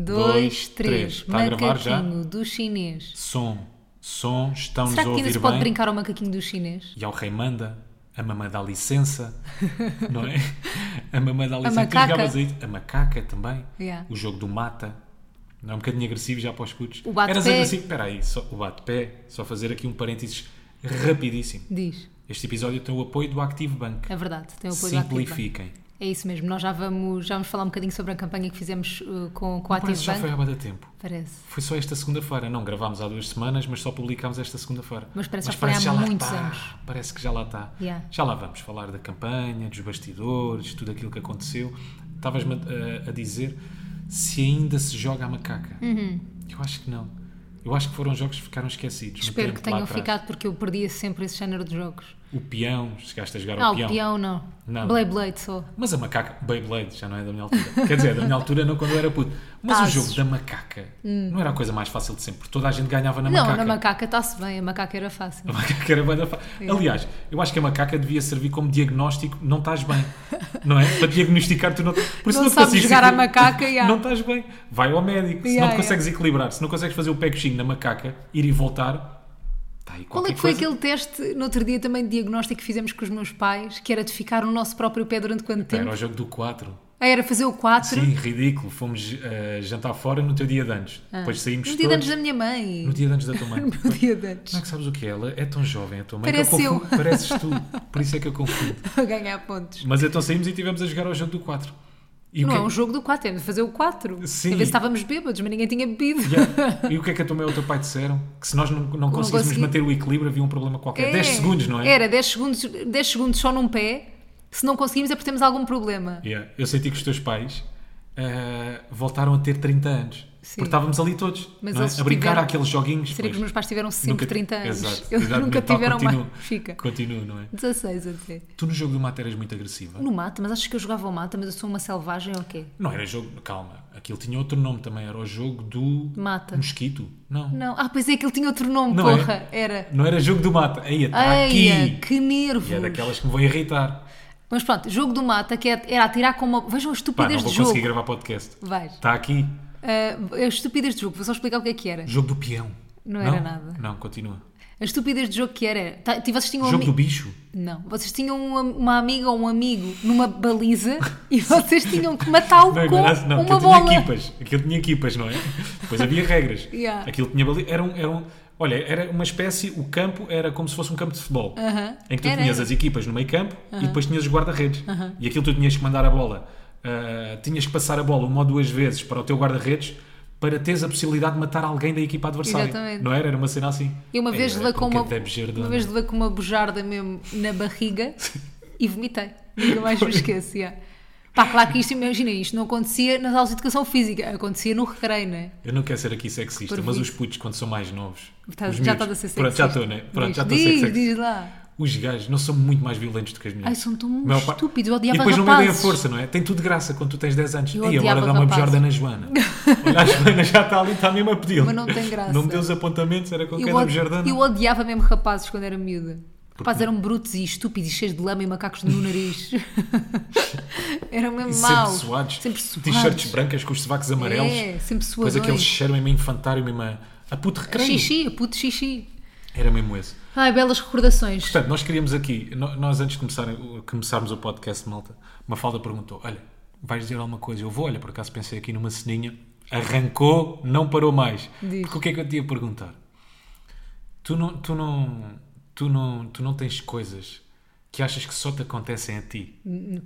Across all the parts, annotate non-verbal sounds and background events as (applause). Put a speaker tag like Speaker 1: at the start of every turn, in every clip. Speaker 1: dois, três.
Speaker 2: Está Tá a gravar já?
Speaker 1: Macaquinho do chinês.
Speaker 2: Som. Som. Estão-nos
Speaker 1: Será
Speaker 2: a
Speaker 1: que ainda
Speaker 2: ouvir
Speaker 1: se
Speaker 2: bem.
Speaker 1: pode brincar ao macaquinho do chinês?
Speaker 2: E ao rei manda. A mamã dá
Speaker 1: (laughs)
Speaker 2: licença. não é? A mamã dá licença. Tu
Speaker 1: macaca.
Speaker 2: jogavas aí- a macaca também.
Speaker 1: Yeah.
Speaker 2: O jogo do mata. Não é um bocadinho agressivo já para os putos.
Speaker 1: O bate-pé.
Speaker 2: Eras agressivo. Espera aí. Só, o bate-pé. Só fazer aqui um parênteses rapidíssimo.
Speaker 1: Diz.
Speaker 2: Este episódio tem o apoio do Active Bank.
Speaker 1: É verdade, tem o apoio do Activebank.
Speaker 2: Simplifiquem.
Speaker 1: É isso mesmo, nós já vamos, já vamos falar um bocadinho sobre a campanha que fizemos uh, com, com a
Speaker 2: Parece que já foi
Speaker 1: Activebank.
Speaker 2: há bada tempo.
Speaker 1: Parece.
Speaker 2: Foi só esta segunda-feira. Não, gravámos há duas semanas, mas só publicámos esta segunda-feira.
Speaker 1: Mas parece que já foi há muitos
Speaker 2: está.
Speaker 1: anos.
Speaker 2: Parece que já lá está.
Speaker 1: Yeah.
Speaker 2: Já lá vamos falar da campanha, dos bastidores, tudo aquilo que aconteceu. Estavas-me a, a- a dizer se ainda se joga a macaca.
Speaker 1: Uhum.
Speaker 2: Eu acho que não. Eu acho que foram jogos que ficaram esquecidos. no
Speaker 1: Espero
Speaker 2: tempo
Speaker 1: que
Speaker 2: lá
Speaker 1: tenham
Speaker 2: atrás.
Speaker 1: ficado porque eu perdia sempre esse género de jogos.
Speaker 2: O peão, chegaste a jogar
Speaker 1: ah,
Speaker 2: É o peão.
Speaker 1: o peão não.
Speaker 2: Nada.
Speaker 1: Beyblade só.
Speaker 2: Mas a macaca, Beyblade, já não é da minha altura. Quer dizer, da minha altura não quando eu era puto. Mas
Speaker 1: Tazos.
Speaker 2: o jogo da macaca não era a coisa mais fácil de sempre. porque Toda a gente ganhava na
Speaker 1: Hum. não,
Speaker 2: macaca.
Speaker 1: na macaca está-se bem, a macaca era fácil.
Speaker 2: A macaca era bué da fa- Aliás, eu acho que a macaca devia servir como diagnóstico, não estás bem, não é? Para diagnosticar, tu não, por
Speaker 1: Não
Speaker 2: te
Speaker 1: sabes
Speaker 2: consegues
Speaker 1: jogar à
Speaker 2: equil-
Speaker 1: macaca, já.
Speaker 2: não estás bem. Vai ao médico, se
Speaker 1: Já,
Speaker 2: não
Speaker 1: já.
Speaker 2: te consegues equilibrar, se não consegues fazer o pé coxinho na macaca, ir e voltar, está aí
Speaker 1: Qual
Speaker 2: qualquer
Speaker 1: é que foi
Speaker 2: coisa.
Speaker 1: aquele teste no outro dia também de diagnóstico que fizemos com os meus pais, que era de ficar o nosso próprio pé durante quanto tempo?
Speaker 2: Era o jogo do 4.
Speaker 1: Ah, era fazer o 4
Speaker 2: Sim, ridículo. Fomos eh, jantar fora no teu dia de anos. Depois saímos
Speaker 1: Ah. no dia de
Speaker 2: todos.
Speaker 1: anos da minha mãe. (laughs)
Speaker 2: No dia de anos da tua mãe.
Speaker 1: No dia de anos.
Speaker 2: Não é que sabes o que é? Ela é tão jovem, a tua mãe. que
Speaker 1: Parece eu.
Speaker 2: confundo- Pareces tu. Por isso é que eu confundo.
Speaker 1: A ganhar pontos.
Speaker 2: Mas então saímos e estivemos a jogar ao jogo do 4. E o
Speaker 1: Não
Speaker 2: que
Speaker 1: é
Speaker 2: é-
Speaker 1: um jogo do 4, é de fazer o 4.
Speaker 2: Sim.
Speaker 1: A ver se estávamos bêbados, mas ninguém tinha bebido. (laughs)
Speaker 2: Yeah. E o que é que a tua mãe e o teu pai disseram? Que se nós não, não conseguíssemos
Speaker 1: consegui-
Speaker 2: manter o equilíbrio havia um problema qualquer. 10 segundos, não é?
Speaker 1: Era 10 segundos, 10 segundos só num pé. Se não conseguimos é porque temos algum problema.
Speaker 2: Yeah. Eu senti que os teus pais eh, voltaram a ter 30 anos.
Speaker 1: Sim.
Speaker 2: Porque estávamos ali todos
Speaker 1: Mas
Speaker 2: não é?
Speaker 1: eles
Speaker 2: a brincar
Speaker 1: tiveram-
Speaker 2: àqueles joguinhos.
Speaker 1: Será que os
Speaker 2: pois.
Speaker 1: meus pais tiveram sempre 30 anos?
Speaker 2: Exato.
Speaker 1: Eles
Speaker 2: Exato.
Speaker 1: nunca
Speaker 2: Tá,
Speaker 1: tiveram
Speaker 2: continuo,
Speaker 1: mais. Fica.
Speaker 2: Continuo, não é?
Speaker 1: 16 até.
Speaker 2: Tu no jogo do mato eras muito agressiva.
Speaker 1: No mata, mas achas que eu jogava ao mata, mas eu sou uma selvagem ou quê?
Speaker 2: Não era jogo. Calma, aquilo tinha outro nome também. Era o jogo do.
Speaker 1: Mata.
Speaker 2: Mosquito. Não. Não,
Speaker 1: Não. Ah, pois é que ele tinha outro nome,
Speaker 2: Não é?
Speaker 1: porra. Era.
Speaker 2: era jogo do mato. Aí, está
Speaker 1: Eia,
Speaker 2: aqui.
Speaker 1: que nervos.
Speaker 2: E é daquelas que me vão irritar.
Speaker 1: Mas pronto, jogo do mata, que é- era atirar com uma. Vejam a
Speaker 2: Pá, não
Speaker 1: estupidez
Speaker 2: vou
Speaker 1: de jogo.
Speaker 2: conseguir gravar podcast.
Speaker 1: Vais.
Speaker 2: Está Tá aqui.
Speaker 1: Ah, a estupidez de jogo, vou só explicar o que é que era.
Speaker 2: Jogo do peão.
Speaker 1: Não era nada.
Speaker 2: Não, continua.
Speaker 1: A estupidez de jogo que era. era- Tá, ti- vocês tinham um
Speaker 2: Jogo do
Speaker 1: ami-
Speaker 2: bicho.
Speaker 1: Não, vocês tinham uma, uma amiga ou um amigo numa baliza (laughs) e vocês tinham que matá-lo
Speaker 2: Não,
Speaker 1: com
Speaker 2: não, era- não,
Speaker 1: uma
Speaker 2: aquilo
Speaker 1: bola.
Speaker 2: tinha equipas. Aquilo tinha equipas, não é? Depois havia regras.
Speaker 1: (laughs) Yeah.
Speaker 2: Aquilo tinha bali... era, um, era um- Olha, era uma espécie. O campo era como se fosse um campo de futebol.
Speaker 1: Aham.
Speaker 2: Em que tu
Speaker 1: Era,
Speaker 2: tinhas
Speaker 1: era.
Speaker 2: as equipas no meio campo e depois tinhas os guarda-redes. E aquilo tu tinhas que mandar a bola. ah, tinhas que passar a bola uma ou duas vezes para o teu guarda-redes para teres a possibilidade de matar alguém da equipa adversária.
Speaker 1: Exatamente.
Speaker 2: Não era? Era uma cena assim.
Speaker 1: Eu uma vez
Speaker 2: Era
Speaker 1: levei com uma,
Speaker 2: qualquer bejerda,
Speaker 1: uma vez levei com uma bujarda mesmo
Speaker 2: (laughs)
Speaker 1: na barriga e vomitei. Nunca mais me esqueço. yeah. Pá, claro que isto, imagina isto, não acontecia nas aulas de educação física, acontecia no recreio, né?
Speaker 2: Eu não quero ser aqui sexista,
Speaker 1: Por
Speaker 2: mas
Speaker 1: isso.
Speaker 2: os putos, quando são mais novos.
Speaker 1: Estás-
Speaker 2: os
Speaker 1: Tá,
Speaker 2: miúdos-
Speaker 1: já estás a ser sexista.
Speaker 2: Pronto, já estou, né? Pronto,
Speaker 1: diz,
Speaker 2: já estou a ser
Speaker 1: diz,
Speaker 2: sexista.
Speaker 1: diz lá.
Speaker 2: Os gajos não são muito mais violentos do que as mulheres.
Speaker 1: Ai, são tão
Speaker 2: A maior parte-
Speaker 1: estúpidos, eu
Speaker 2: E
Speaker 1: odiava
Speaker 2: depois não medem a
Speaker 1: rapazes.
Speaker 2: força, não é? Tem tudo de graça quando tu tens 10 anos.
Speaker 1: Eu
Speaker 2: e
Speaker 1: odiava
Speaker 2: agora dá uma
Speaker 1: rapazes.
Speaker 2: bujorda na Joana. Olha, a Joana já está ali, está mesmo a pedir.
Speaker 1: Mas não tem graça.
Speaker 2: Não me deu os apontamentos, era com quem
Speaker 1: Eu,
Speaker 2: da
Speaker 1: od-
Speaker 2: bujordana.
Speaker 1: eu odiava mesmo rapazes quando era miúda. Rapazes eram brutos e estúpidos e cheios de lama e macacos no
Speaker 2: (laughs)
Speaker 1: nariz. eram mesmo
Speaker 2: E sempre
Speaker 1: maus.
Speaker 2: suados.
Speaker 1: Sempre suados.
Speaker 2: T-shirts brancas com os sovacos amarelos.
Speaker 1: É, sempre
Speaker 2: Depois
Speaker 1: suadões.
Speaker 2: aqueles cheiram mesmo a infantário, mesmo a, a puto recreio.
Speaker 1: Xixi, puto xixi.
Speaker 2: Era mesmo esse.
Speaker 1: Ai, belas recordações.
Speaker 2: Portanto, nós queríamos aqui, no- nós antes de começar, começarmos o podcast, malta, uma falda perguntou: Olha, vais dizer alguma coisa? Eu vou, olha, por acaso pensei aqui numa ceninha, arrancou, não parou mais.
Speaker 1: Diz.
Speaker 2: Porque o que é que eu te ia perguntar? Tu não, tu não, tu não, tu não tens coisas que achas que só te acontecem a ti.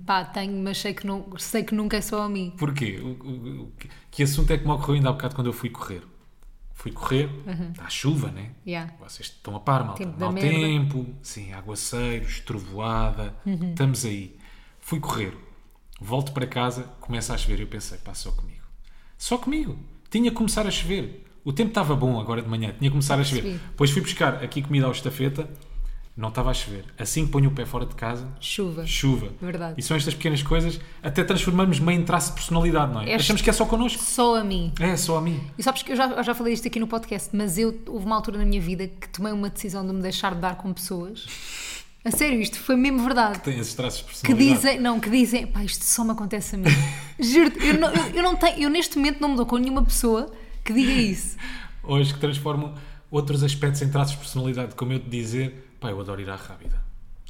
Speaker 1: Pá, tenho, mas sei que, não, sei que nunca é só a mim.
Speaker 2: Porquê? O, o- o- que- que assunto é que me ocorreu ainda há bocado quando eu fui correr? Fui correr, está chuva, né?
Speaker 1: Yeah.
Speaker 2: Vocês estão a par, malta.
Speaker 1: Tempo da
Speaker 2: Mau
Speaker 1: merda.
Speaker 2: tempo, sim, aguaceiros, trovoada,
Speaker 1: Uhum.
Speaker 2: estamos aí. Fui correr, volto para casa, começa a chover. Eu pensei, pá, só comigo. Só comigo. Tinha que começar a chover. O tempo estava bom agora de manhã, tinha que começar a chover.
Speaker 1: Percebi.
Speaker 2: Depois fui buscar aqui comida ao estafeta, não estava a chover. Assim que ponho o pé fora de casa,
Speaker 1: Chuva.
Speaker 2: chuva.
Speaker 1: Verdade.
Speaker 2: E são estas pequenas coisas, até transformamos meio em traço de personalidade, não é?
Speaker 1: Este-
Speaker 2: Achamos que é só connosco.
Speaker 1: Só a mim.
Speaker 2: É, só a mim.
Speaker 1: E sabes que eu já, eu já falei isto aqui no podcast, mas eu houve uma altura na minha vida que tomei uma decisão de me deixar de dar com pessoas A sério, isto foi mesmo verdade.
Speaker 2: Tem esses traços de
Speaker 1: Que
Speaker 2: personalidade.
Speaker 1: dizem, não, que dizem, pá, isto só me acontece a mim. Juro-te, eu, não- eu- eu não tenho, eu neste momento não me dou com nenhuma pessoa que diga isso.
Speaker 2: Ou as que transformam outros aspectos em traços de personalidade, como eu te dizer, pá, eu adoro ir à Rábida.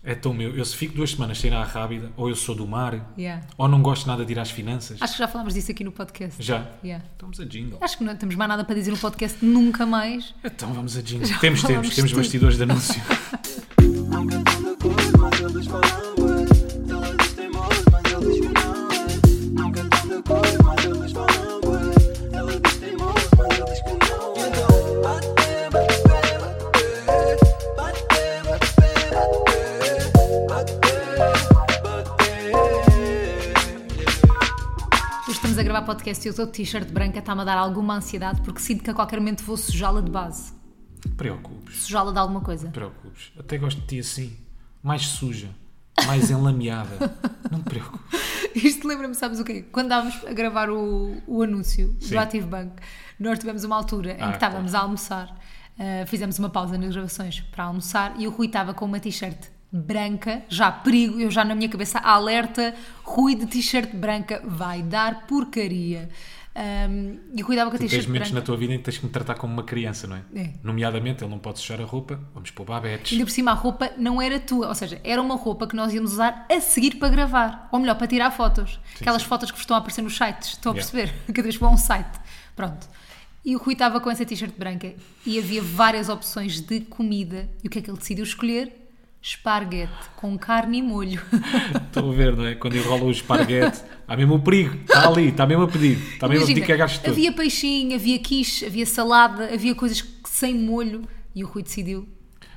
Speaker 2: É tão meu. Eu se fico duas semanas sem ir à Rábida, ou eu sou do mar,
Speaker 1: Yeah.
Speaker 2: ou não gosto nada de ir às finanças.
Speaker 1: Acho que já falámos disso aqui no podcast.
Speaker 2: Já.
Speaker 1: Yeah.
Speaker 2: Estamos a jingle.
Speaker 1: Acho que não temos mais nada para dizer no podcast nunca mais.
Speaker 2: Então vamos a jingle.
Speaker 1: Já
Speaker 2: temos,
Speaker 1: falámos
Speaker 2: temos, temos
Speaker 1: tudo.
Speaker 2: bastidores de anúncio. (laughs)
Speaker 3: Nunca tô na cor, mas eles falam ué. Ela diz teimoso, mas ele diz que não é. Nunca tô na cor, mas eles falam ué. Ela diz teimoso, mas ele diz que não é. Então, bate, bate, bate, bate, bate, bate, bate, bate.
Speaker 1: Hoje estamos a gravar podcast e eu estou de t-shirt branca, está-me a dar alguma ansiedade porque sinto que a qualquer momento vou sujá-la de base.
Speaker 2: Preocupes,
Speaker 1: Sujá-la de alguma coisa.
Speaker 2: preocupes. Até gosto de ti assim. Mais suja, mais enlameada. Não te preocupes.
Speaker 1: (laughs) Isto lembra-me, sabes o quê? Quando estávamos a gravar o, o anúncio
Speaker 2: Sim.
Speaker 1: do Active Bank, nós tivemos uma altura em
Speaker 2: Ah,
Speaker 1: que estávamos a almoçar, ah, fizemos uma pausa nas gravações para almoçar e o Rui estava com uma t-shirt branca, já perigo, eu já na minha cabeça alerta, Rui de t-shirt branca vai dar porcaria. Ahm, e o Rui estava com a
Speaker 2: Tens
Speaker 1: t-shirt
Speaker 2: momentos
Speaker 1: branca.
Speaker 2: na tua vida em que tens que me tratar como uma criança, não é?
Speaker 1: É.
Speaker 2: Nomeadamente, ele não pode sujar a roupa, vamos pôr babetes.
Speaker 1: Ainda por cima a roupa não era tua, ou seja, era uma roupa que nós íamos usar a seguir para gravar, ou melhor, para tirar fotos. Aquelas fotos que vos estão a aparecer nos sites, estão a
Speaker 2: Yeah.
Speaker 1: perceber? (laughs) Cada vez que vão a um site. Pronto. E o Rui estava com essa t-shirt branca e havia várias opções de comida. E o que é que ele decidiu escolher? Esparguete com carne
Speaker 2: (laughs)
Speaker 1: e molho.
Speaker 2: Estou a ver, não é? Quando enrola o esparguete, há mesmo o perigo. Está ali, está mesmo a pedir. Está mesmo a pedir que agarres tudo.
Speaker 1: havia peixinho, havia quiche, havia salada, havia coisas que- sem molho. E o Rui decidiu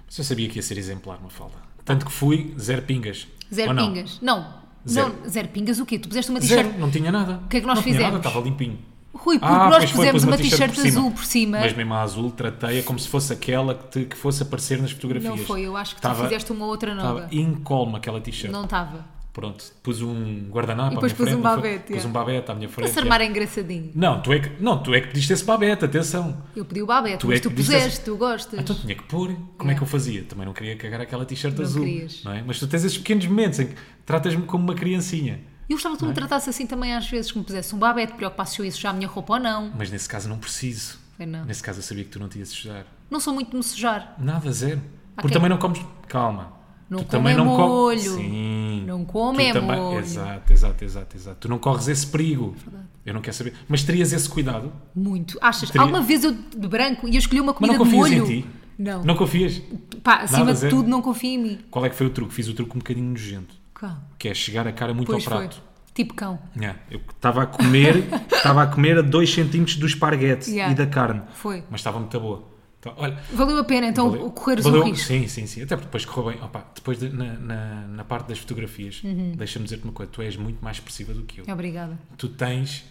Speaker 2: Mas eu sabia que ia ser exemplar, uma falda. Tanto que fui, zero pingas.
Speaker 1: zero
Speaker 2: Ou não?
Speaker 1: pingas. Não.
Speaker 2: Zero.
Speaker 1: não, zero pingas o quê? Tu puseste uma t-shirt
Speaker 2: Zero, não tinha nada. O
Speaker 1: que é que nós
Speaker 2: não Tinha nada,
Speaker 1: fizemos?
Speaker 2: estava limpinho.
Speaker 1: Rui, porque
Speaker 2: Ah,
Speaker 1: nós
Speaker 2: pois foi,
Speaker 1: pusemos
Speaker 2: pus
Speaker 1: uma t-shirt
Speaker 2: cima.
Speaker 1: azul por cima.
Speaker 2: Mas mesmo a azul tratei-a como se fosse aquela que, te- que fosse aparecer nas fotografias.
Speaker 1: Não foi, eu acho que tu
Speaker 2: Estava-
Speaker 1: fizeste uma outra nova.
Speaker 2: Estava incolma aquela t-shirt.
Speaker 1: Não estava.
Speaker 2: Pronto, pus um guardanapo
Speaker 1: E depois
Speaker 2: à minha
Speaker 1: pus
Speaker 2: frente.
Speaker 1: um
Speaker 2: não foi?
Speaker 1: babete,
Speaker 2: Pus
Speaker 1: é.
Speaker 2: um babete à minha frente.
Speaker 1: Para se
Speaker 2: é.
Speaker 1: armar engraçadinho.
Speaker 2: Não, tu é que, não, tu é que pediste esse babete, atenção.
Speaker 1: Eu pedi o babete,
Speaker 2: Tu
Speaker 1: mas
Speaker 2: é que
Speaker 1: tu
Speaker 2: disseste-
Speaker 1: puseste, tu gostas.
Speaker 2: Então tinha que pôr. Como é
Speaker 1: Yeah.
Speaker 2: que eu fazia? Também não queria cagar aquela t-shirt
Speaker 1: Ah. Não
Speaker 2: azul.
Speaker 1: querias.
Speaker 2: Não é? Mas tu tens esses pequenos momentos em que tratas-me como uma criancinha.
Speaker 1: Eu gostava que
Speaker 2: é?
Speaker 1: tu me tratasses assim também às vezes, que me pusesse um babete, preocupasse se eu ia sujar a minha roupa ou não.
Speaker 2: Mas nesse caso não preciso.
Speaker 1: Eu É, não.
Speaker 2: Nesse caso eu sabia que tu não te ias sujar.
Speaker 1: Não sou muito de me sujar.
Speaker 2: Nada, zero. Porque
Speaker 1: Ok.
Speaker 2: também não comes. Calma.
Speaker 1: é Não
Speaker 2: tu
Speaker 1: come
Speaker 2: também não
Speaker 1: molho.
Speaker 2: comes. Sim.
Speaker 1: Não
Speaker 2: Tu
Speaker 1: come
Speaker 2: também-
Speaker 1: molho. É
Speaker 2: Exato, exato, exato, exato. Tu não corres esse perigo. Eu não quero saber. Mas terias esse cuidado?
Speaker 1: Muito. Achas?
Speaker 2: Teria-
Speaker 1: Alguma vez eu de branco e eu escolhi uma
Speaker 2: Mas
Speaker 1: comida
Speaker 2: não
Speaker 1: de
Speaker 2: confias
Speaker 1: molho?
Speaker 2: em ti?
Speaker 1: Não.
Speaker 2: Não confias?
Speaker 1: Pá, acima
Speaker 2: Nada,
Speaker 1: de
Speaker 2: zero.
Speaker 1: tudo, não confia em mim.
Speaker 2: Qual é que foi o truque? Fiz o truque um bocadinho nojento.
Speaker 1: Calma.
Speaker 2: Que é chegar a cara muito
Speaker 1: Pois
Speaker 2: ao
Speaker 1: foi.
Speaker 2: prato.
Speaker 1: Tipo cão.
Speaker 2: Yeah, Eu estava a comer,
Speaker 1: (laughs)
Speaker 2: estava a comer a 2 centímetros do esparguete
Speaker 1: Yeah.
Speaker 2: e da carne.
Speaker 1: Foi.
Speaker 2: Mas estava muito boa. Então, olha,
Speaker 1: Valeu a pena então
Speaker 2: valeu-
Speaker 1: correres
Speaker 2: valeu-
Speaker 1: o risco.
Speaker 2: Sim, sim, sim. Até porque depois correu bem. Opa, depois de- na, na- na parte das fotografias,
Speaker 1: Uhum.
Speaker 2: deixa-me dizer-te uma coisa: tu és muito mais expressiva do que eu.
Speaker 1: Obrigada.
Speaker 2: Tu tens.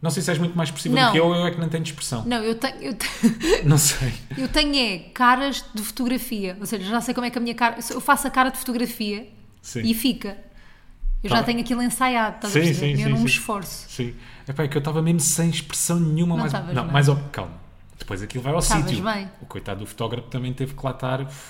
Speaker 2: Não sei se és muito mais expressiva
Speaker 1: Não.
Speaker 2: do que eu, eu é que não tenho expressão.
Speaker 1: Não, eu tenho. Eu (laughs) tenho...
Speaker 2: Não sei.
Speaker 1: Eu tenho é caras de fotografia, ou seja, já sei como é que a minha cara. Eu faço a cara de fotografia
Speaker 2: Sim.
Speaker 1: e fica. Eu
Speaker 2: Tá
Speaker 1: já
Speaker 2: bem.
Speaker 1: tenho aquilo ensaiado, estás a
Speaker 2: Sim,
Speaker 1: perceber?
Speaker 2: sim,
Speaker 1: eu
Speaker 2: sim,
Speaker 1: não me
Speaker 2: sim.
Speaker 1: esforço.
Speaker 2: Sim. Epá, é que eu estava mesmo sem expressão nenhuma.
Speaker 1: Não
Speaker 2: mais,
Speaker 1: estavas
Speaker 2: não
Speaker 1: bem.
Speaker 2: mais ao- calma. Depois aquilo vai ao
Speaker 1: Estavas
Speaker 2: sítio.
Speaker 1: bem.
Speaker 2: O coitado do fotógrafo também teve que lá estar. uf,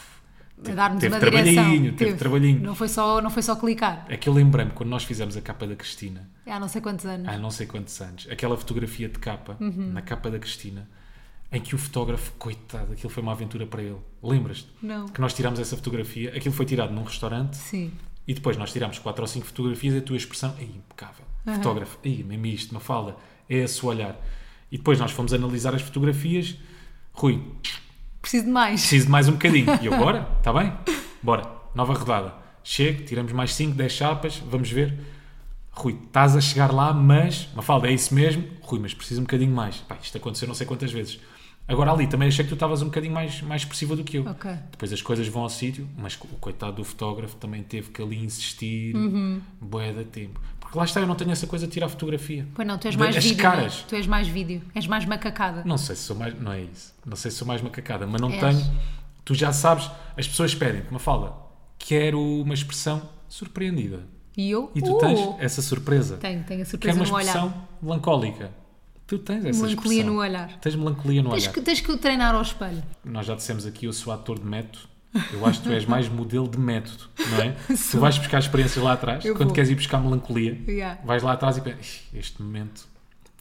Speaker 1: A dar-nos
Speaker 2: teve
Speaker 1: uma direção.
Speaker 2: trabalhinho, teve, trabalhinho.
Speaker 1: Não foi, só, não foi só clicar. É
Speaker 2: É que eu lembrei-me quando nós fizemos a capa da Cristina,
Speaker 1: Há não sei quantos anos.
Speaker 2: há não sei quantos anos, aquela fotografia de capa, na capa da Cristina, em que o fotógrafo, coitado, aquilo foi uma aventura para ele. Lembras-te?
Speaker 1: Não.
Speaker 2: Que nós tirámos essa fotografia, aquilo foi tirado num restaurante
Speaker 1: Sim.
Speaker 2: e depois nós tirámos quatro ou cinco fotografias e a tua expressão é impecável. Fotógrafo, aí, mesmo isto, uma falda, é esse o olhar. E depois nós fomos analisar as fotografias. Rui,
Speaker 1: Preciso de mais.
Speaker 2: preciso de mais um bocadinho. E eu, bora, está bem? Bora, nova rodada. Chego, tiramos mais 5, 10 chapas, vamos ver. Rui, estás a chegar lá, mas. Mafalda, é isso mesmo? Rui, mas preciso um bocadinho mais. Pá, isto aconteceu não sei quantas vezes. Agora ali, também achei que tu estavas um bocadinho mais, mais expressiva do que eu.
Speaker 1: Ok.
Speaker 2: Depois as coisas vão ao sítio, mas o coitado do fotógrafo também teve que ali insistir, boé da tempo. Porque lá está, eu não tenho essa coisa de tirar fotografia.
Speaker 1: Pois não, tu és
Speaker 2: De-
Speaker 1: mais
Speaker 2: As
Speaker 1: vídeo.
Speaker 2: caras.
Speaker 1: não é? Tu és mais vídeo. És mais macacada.
Speaker 2: Não sei se sou mais. Não é isso. Não sei se sou mais macacada, mas não
Speaker 1: És.
Speaker 2: tenho. Tu já sabes, as pessoas pedem uma fala. Quero uma expressão surpreendida.
Speaker 1: E eu?
Speaker 2: E tu
Speaker 1: Uh!
Speaker 2: tens essa surpresa.
Speaker 1: Tenho, tenho a
Speaker 2: Quero
Speaker 1: surpresa
Speaker 2: uma
Speaker 1: no olhar.
Speaker 2: expressão melancólica. Tu tens essa
Speaker 1: Melancolia
Speaker 2: expressão.
Speaker 1: no olhar.
Speaker 2: Tens melancolia no
Speaker 1: Tens
Speaker 2: olhar.
Speaker 1: que, tens que o treinar ao espelho.
Speaker 2: Nós já dissemos aqui, eu sou ator de método. Eu acho que tu és mais modelo de método, não
Speaker 1: (laughs)
Speaker 2: é? Tu
Speaker 1: Sou.
Speaker 2: vais buscar experiências lá atrás,
Speaker 1: Eu
Speaker 2: quando
Speaker 1: vou.
Speaker 2: queres ir buscar melancolia,
Speaker 1: Yeah.
Speaker 2: vais lá atrás e pensas, "Ih, este momento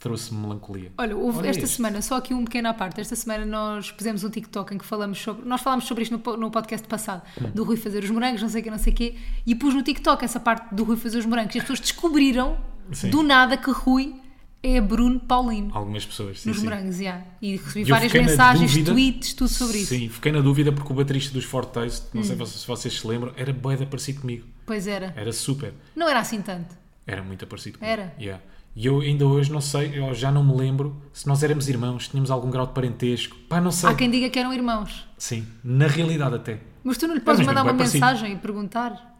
Speaker 2: trouxe-me melancolia.
Speaker 1: Olha, houve
Speaker 2: Olha
Speaker 1: esta
Speaker 2: este.
Speaker 1: semana, só aqui um pequeno à parte, esta semana nós fizemos um TikTok em que falamos sobre. Nós falámos sobre isto no, po- no podcast passado,
Speaker 2: Hum.
Speaker 1: do Rui fazer os morangos, não sei o quê, não sei o quê, e pus no TikTok essa parte do Rui fazer os morangos. E as pessoas descobriram
Speaker 2: Sim.
Speaker 1: do nada que Rui é Bruno Paulino
Speaker 2: Algumas pessoas, sim,
Speaker 1: nos
Speaker 2: sim.
Speaker 1: morangos, yeah. e recebi
Speaker 2: Eu
Speaker 1: várias
Speaker 2: fiquei na
Speaker 1: mensagens,
Speaker 2: dúvida-
Speaker 1: tweets, tudo sobre isso. Hum.
Speaker 2: Sim, fiquei na dúvida porque o baterista dos Fort Taste, não sei se vocês se lembram, era bué de parecido comigo.
Speaker 1: Pois era.
Speaker 2: Era super.
Speaker 1: Não era assim tanto.
Speaker 2: Era muito parecido comigo.
Speaker 1: Era?
Speaker 2: Yeah. E eu ainda hoje não sei, eu já não me lembro se nós éramos irmãos, tínhamos algum grau de parentesco. Pá, não sei.
Speaker 1: Há quem diga que eram irmãos.
Speaker 2: Sim, na realidade até.
Speaker 1: Mas tu não lhe podes
Speaker 2: É, mas
Speaker 1: mandar
Speaker 2: bem
Speaker 1: uma
Speaker 2: parecido.
Speaker 1: mensagem e perguntar?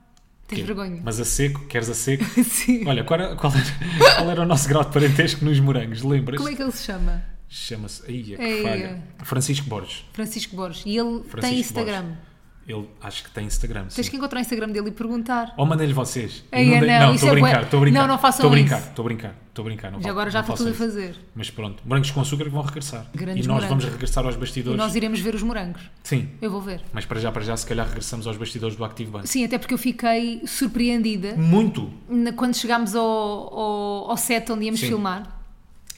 Speaker 1: Tens
Speaker 2: Quê?
Speaker 1: vergonha.
Speaker 2: é, Mas a seco, queres a seco? (laughs)
Speaker 1: (laughs) Sim.
Speaker 2: Olha, qual era, qual era- qual era o nosso grau de parentesco nos morangos, lembras?
Speaker 1: Como é que ele se chama?
Speaker 2: Chama-se. Ai, é
Speaker 1: Ai,
Speaker 2: que falha. Francisco Borges.
Speaker 1: Francisco Borges. E ele tem
Speaker 2: Francisco
Speaker 1: Instagram.
Speaker 2: Borges. Ele acho que tem Instagram.
Speaker 1: Tens
Speaker 2: Sim.
Speaker 1: que encontrar o Instagram dele e perguntar.
Speaker 2: Ou mandem-lhe vocês. E
Speaker 1: Ai, é,
Speaker 2: mandem- Não,
Speaker 1: não, isso
Speaker 2: estou a
Speaker 1: é bué-
Speaker 2: brincar, estou a brincar.
Speaker 1: Não, não façam
Speaker 2: Estou a brincar,
Speaker 1: isso.
Speaker 2: estou a brincar, estou a brincar. Não
Speaker 1: Já
Speaker 2: fa-
Speaker 1: agora
Speaker 2: não
Speaker 1: já está
Speaker 2: façam
Speaker 1: tudo a
Speaker 2: isso.
Speaker 1: fazer.
Speaker 2: Mas pronto, morangos com açúcar vão regressar.
Speaker 1: Grandes
Speaker 2: e nós
Speaker 1: morangos.
Speaker 2: vamos regressar aos
Speaker 1: E
Speaker 2: bastidores.
Speaker 1: nós iremos ver os morangos.
Speaker 2: Sim,
Speaker 1: Eu vou ver.
Speaker 2: mas para já, para já, se calhar regressamos aos bastidores do Active Bank.
Speaker 1: Sim, até porque eu fiquei surpreendida
Speaker 2: Muito!
Speaker 1: na- quando chegámos ao, ao, ao set onde íamos
Speaker 2: Sim.
Speaker 1: filmar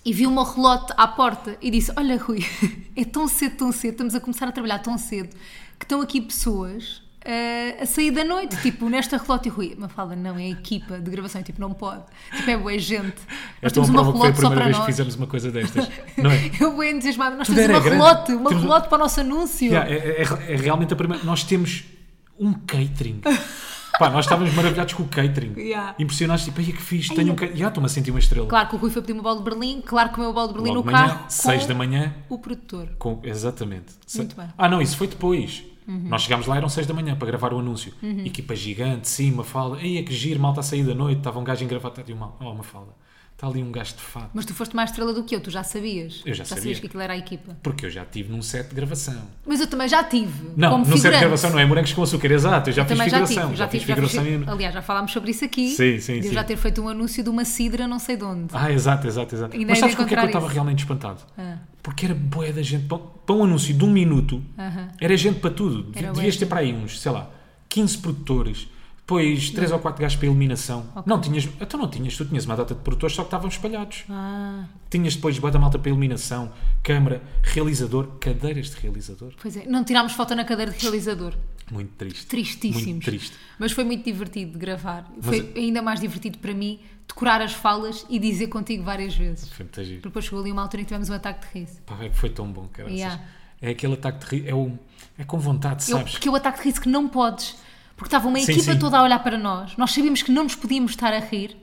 Speaker 1: e vi uma relote à porta e disse: Olha, Rui, (laughs) é tão cedo, tão cedo, estamos a começar a trabalhar tão cedo que estão aqui pessoas. eh, a sair da noite, tipo, nesta relote e Rui, me fala, não, é a equipa de gravação, eu, tipo, não pode, tipo, é boa gente.
Speaker 2: É
Speaker 1: Nós
Speaker 2: tão
Speaker 1: temos
Speaker 2: a
Speaker 1: uma
Speaker 2: prova que foi a
Speaker 1: relote só
Speaker 2: primeira
Speaker 1: para
Speaker 2: vez
Speaker 1: nós.
Speaker 2: que fizemos uma coisa destas.
Speaker 1: (laughs)
Speaker 2: Não é?
Speaker 1: Eu bem entusiasmada, nós
Speaker 2: Tudo
Speaker 1: temos uma
Speaker 2: era grande.
Speaker 1: relote, uma
Speaker 2: Temos- um-
Speaker 1: relote para o nosso anúncio.
Speaker 2: Yeah, é, é- é realmente a primeira. Nós temos um catering. Pá, nós estávamos maravilhados com o catering.
Speaker 1: (laughs) Yeah.
Speaker 2: Impressionados, tipo, aí que fiz, tenho um catering. Já estou-me a sentir uma estrela.
Speaker 1: Claro que o Rui foi pedir uma bola de Berlim, claro que comeu a bola de Berlim
Speaker 2: Logo
Speaker 1: no
Speaker 2: de manhã,
Speaker 1: carro.
Speaker 2: 6
Speaker 1: com
Speaker 2: da manhã.
Speaker 1: O produtor.
Speaker 2: Com, exatamente. Se-
Speaker 1: Muito bem. Uhum.
Speaker 2: Ah, não, isso foi depois. Nós chegámos lá, eram 6 da manhã para gravar o anúncio. Equipa gigante, cima, fala. Ei, é que giro, mal está a sair da noite. Estava um gajo em gravata de uma, oh, uma fala. Está ali um gajo de fato.
Speaker 1: Mas tu foste mais estrela do que eu, tu já sabias.
Speaker 2: Eu já
Speaker 1: sabias
Speaker 2: sabia.
Speaker 1: que aquilo era a equipa.
Speaker 2: Porque eu já tive num set de gravação.
Speaker 1: Mas eu também já tive.
Speaker 2: Não,
Speaker 1: como
Speaker 2: num set de
Speaker 1: figurante.
Speaker 2: gravação não é morangos com açúcar, exato. Eu já fiz
Speaker 1: Também já tive,
Speaker 2: figuração.
Speaker 1: já tive, já fiz-
Speaker 2: figuração. e-
Speaker 1: Aliás, já falámos sobre isso aqui.
Speaker 2: Sim, sim,
Speaker 1: de eu
Speaker 2: sim.
Speaker 1: já ter feito um anúncio de uma sidra, não sei de onde.
Speaker 2: Ah, exato, exato, exato.
Speaker 1: Ainda
Speaker 2: Mas
Speaker 1: hei de
Speaker 2: sabes porque é que
Speaker 1: encontrar
Speaker 2: eu estava
Speaker 1: isso.
Speaker 2: realmente espantado?
Speaker 1: Ah.
Speaker 2: Porque era boé da gente. Para para um anúncio de um minuto,
Speaker 1: Aham.
Speaker 2: era gente para tudo. Devi-
Speaker 1: Era bué
Speaker 2: Devias ter
Speaker 1: gente.
Speaker 2: para aí uns, sei lá, 15 produtores, depois 3 ou 4 gajos para iluminação. Não tinhas, então não tinhas, tu tinhas uma data de produtores, só que estavam espalhados.
Speaker 1: Ah,
Speaker 2: Tinhas depois bota malta para iluminação, câmara, realizador, cadeiras de realizador.
Speaker 1: pois é. Não tirámos foto na cadeira de realizador.
Speaker 2: Muito triste.
Speaker 1: Tristíssimos.
Speaker 2: Muito triste. é-
Speaker 1: Mas foi muito divertido de gravar. Foi ainda mais divertido para mim decorar as falas e dizer contigo várias vezes.
Speaker 2: Foi muito giro.
Speaker 1: Porque depois chegou ali uma altura em que tivemos um ataque de riso.
Speaker 2: Pá, é que foi tão bom, cara.
Speaker 1: Yeah.
Speaker 2: É aquele ataque de ri- é, o, é com vontade,
Speaker 1: Eu,
Speaker 2: sabes?
Speaker 1: porque é o ataque de riso que não podes. Porque estava uma
Speaker 2: Sim,
Speaker 1: equipa
Speaker 2: sim.
Speaker 1: toda a olhar para nós. Nós sabíamos que não nos podíamos estar a rir.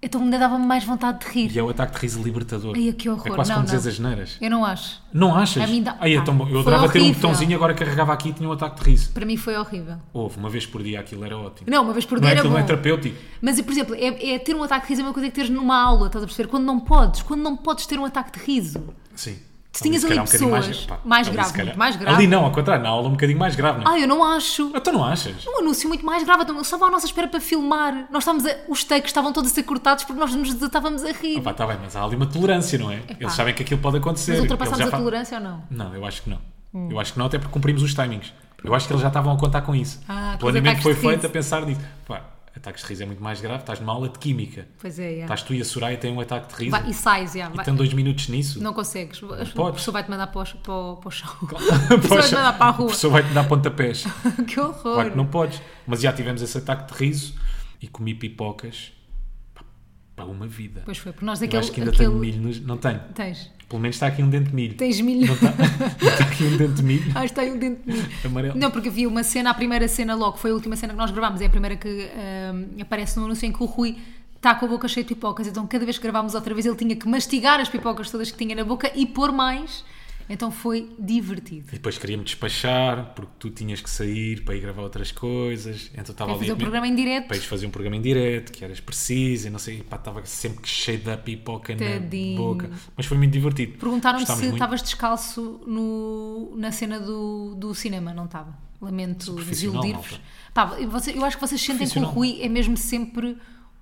Speaker 1: Então ainda dava-me mais vontade de rir.
Speaker 2: E é o ataque de riso libertador.
Speaker 1: Ai, que horror.
Speaker 2: É quase
Speaker 1: Não,
Speaker 2: como
Speaker 1: não.
Speaker 2: dizer as neiras.
Speaker 1: Eu não acho.
Speaker 2: Não achas?
Speaker 1: A mim dá-
Speaker 2: Ai, é
Speaker 1: pá,
Speaker 2: tão bom. Eu
Speaker 1: foi
Speaker 2: adorava ter um
Speaker 1: horrível.
Speaker 2: botãozinho, agora carregava aqui e tinha um ataque de riso.
Speaker 1: Para mim foi horrível.
Speaker 2: Houve, uma vez por dia aquilo era ótimo.
Speaker 1: Não, uma vez por
Speaker 2: Não
Speaker 1: dia
Speaker 2: é
Speaker 1: era
Speaker 2: aquilo não é
Speaker 1: bom.
Speaker 2: terapêutico.
Speaker 1: Mas, por exemplo, é, é ter um ataque de riso é a mesma coisa que teres numa aula, estás a perceber? Quando não podes, quando não podes ter um ataque de riso.
Speaker 2: Sim.
Speaker 1: Se tinhas
Speaker 2: se
Speaker 1: ali
Speaker 2: calhar um bocadinho
Speaker 1: pessoas
Speaker 2: gra-
Speaker 1: mais
Speaker 2: ali se
Speaker 1: grave,
Speaker 2: calhar-
Speaker 1: muito mais grave.
Speaker 2: Ali não, ao contrário, na aula um bocadinho mais grave, não é?
Speaker 1: Ah, eu não acho.
Speaker 2: Então não achas?
Speaker 1: um anúncio muito mais grave. Então, eles estavam à nossa espera para filmar. Nós estávamos a... Os takes estavam todos a ser cortados porque nós nos desatávamos a rir.
Speaker 2: Opa, tá bem, mas há ali uma tolerância, não é? Eles sabem que aquilo pode acontecer.
Speaker 1: Mas
Speaker 2: Eles
Speaker 1: ultrapassámos
Speaker 2: já
Speaker 1: a
Speaker 2: fa-
Speaker 1: tolerância Hum. ou não?
Speaker 2: Não, eu acho que não. Eu acho que não, até porque cumprimos os timings. Eu acho que eles já estavam a contar com isso.
Speaker 1: Ah,
Speaker 2: o
Speaker 1: com os
Speaker 2: planeamento
Speaker 1: ataques
Speaker 2: foi
Speaker 1: de
Speaker 2: feito
Speaker 1: riso.
Speaker 2: a pensar nisso. Pá, ataques de riso é muito mais grave, estás numa aula de química.
Speaker 1: Pois é, já.
Speaker 2: Estás tu e a Soraya têm um ataque de riso.
Speaker 1: Vai- e sais, já.
Speaker 2: E
Speaker 1: vai-
Speaker 2: tem dois minutos nisso?
Speaker 1: Não consegues. A
Speaker 2: podes.
Speaker 1: pessoa vai-te mandar para o, para o- para o chão.
Speaker 2: (laughs) Poxa,
Speaker 1: A pessoa vai-te mandar para a
Speaker 2: O
Speaker 1: rua.
Speaker 2: professor vai-te dar
Speaker 1: (laughs)
Speaker 2: pontapés.
Speaker 1: Que horror.
Speaker 2: Claro que não podes. Mas já tivemos esse ataque de riso e comi pipocas pá, para uma vida.
Speaker 1: Pois foi, porque nós
Speaker 2: Eu
Speaker 1: daquele...
Speaker 2: acho que ainda
Speaker 1: aquele...
Speaker 2: tenho milho. nos- Não tenho.
Speaker 1: Tens.
Speaker 2: Pelo menos está aqui um dente de milho.
Speaker 1: Tens milho.
Speaker 2: Não tá.
Speaker 1: (laughs)
Speaker 2: está, (laughs) não está aqui um dente de milho (laughs)
Speaker 1: Ah, está aí um dente de milho.
Speaker 2: amarelo.
Speaker 1: Não, porque havia uma cena, a primeira cena logo, foi a última cena que nós gravámos, é a primeira que ahm, aparece no anúncio em que o Rui está com a boca cheia de pipocas, então cada vez que gravámos outra vez ele tinha que mastigar as pipocas todas que tinha na boca e pôr mais, então foi divertido.
Speaker 2: E depois queria-me despachar porque tu tinhas que sair para ir gravar outras coisas. Então estava
Speaker 1: Quer
Speaker 2: ali.
Speaker 1: fazer
Speaker 2: a
Speaker 1: um
Speaker 2: comer-
Speaker 1: programa em direto?
Speaker 2: Para ires fazer um programa em direto, que eras preciso e não sei. e pá, estava sempre cheio da pipoca
Speaker 1: Tadinho.
Speaker 2: na boca. Mas foi muito divertido.
Speaker 1: Perguntaram-me
Speaker 2: Gostámos
Speaker 1: se
Speaker 2: muito.
Speaker 1: estavas descalço no- na cena do, do cinema, não estava. Lamento
Speaker 2: Profissional,
Speaker 1: desiludir-vos.
Speaker 2: malta.
Speaker 1: Pá, você- eu acho que vocês sentem que o
Speaker 2: Profissional.
Speaker 1: Rui é mesmo sempre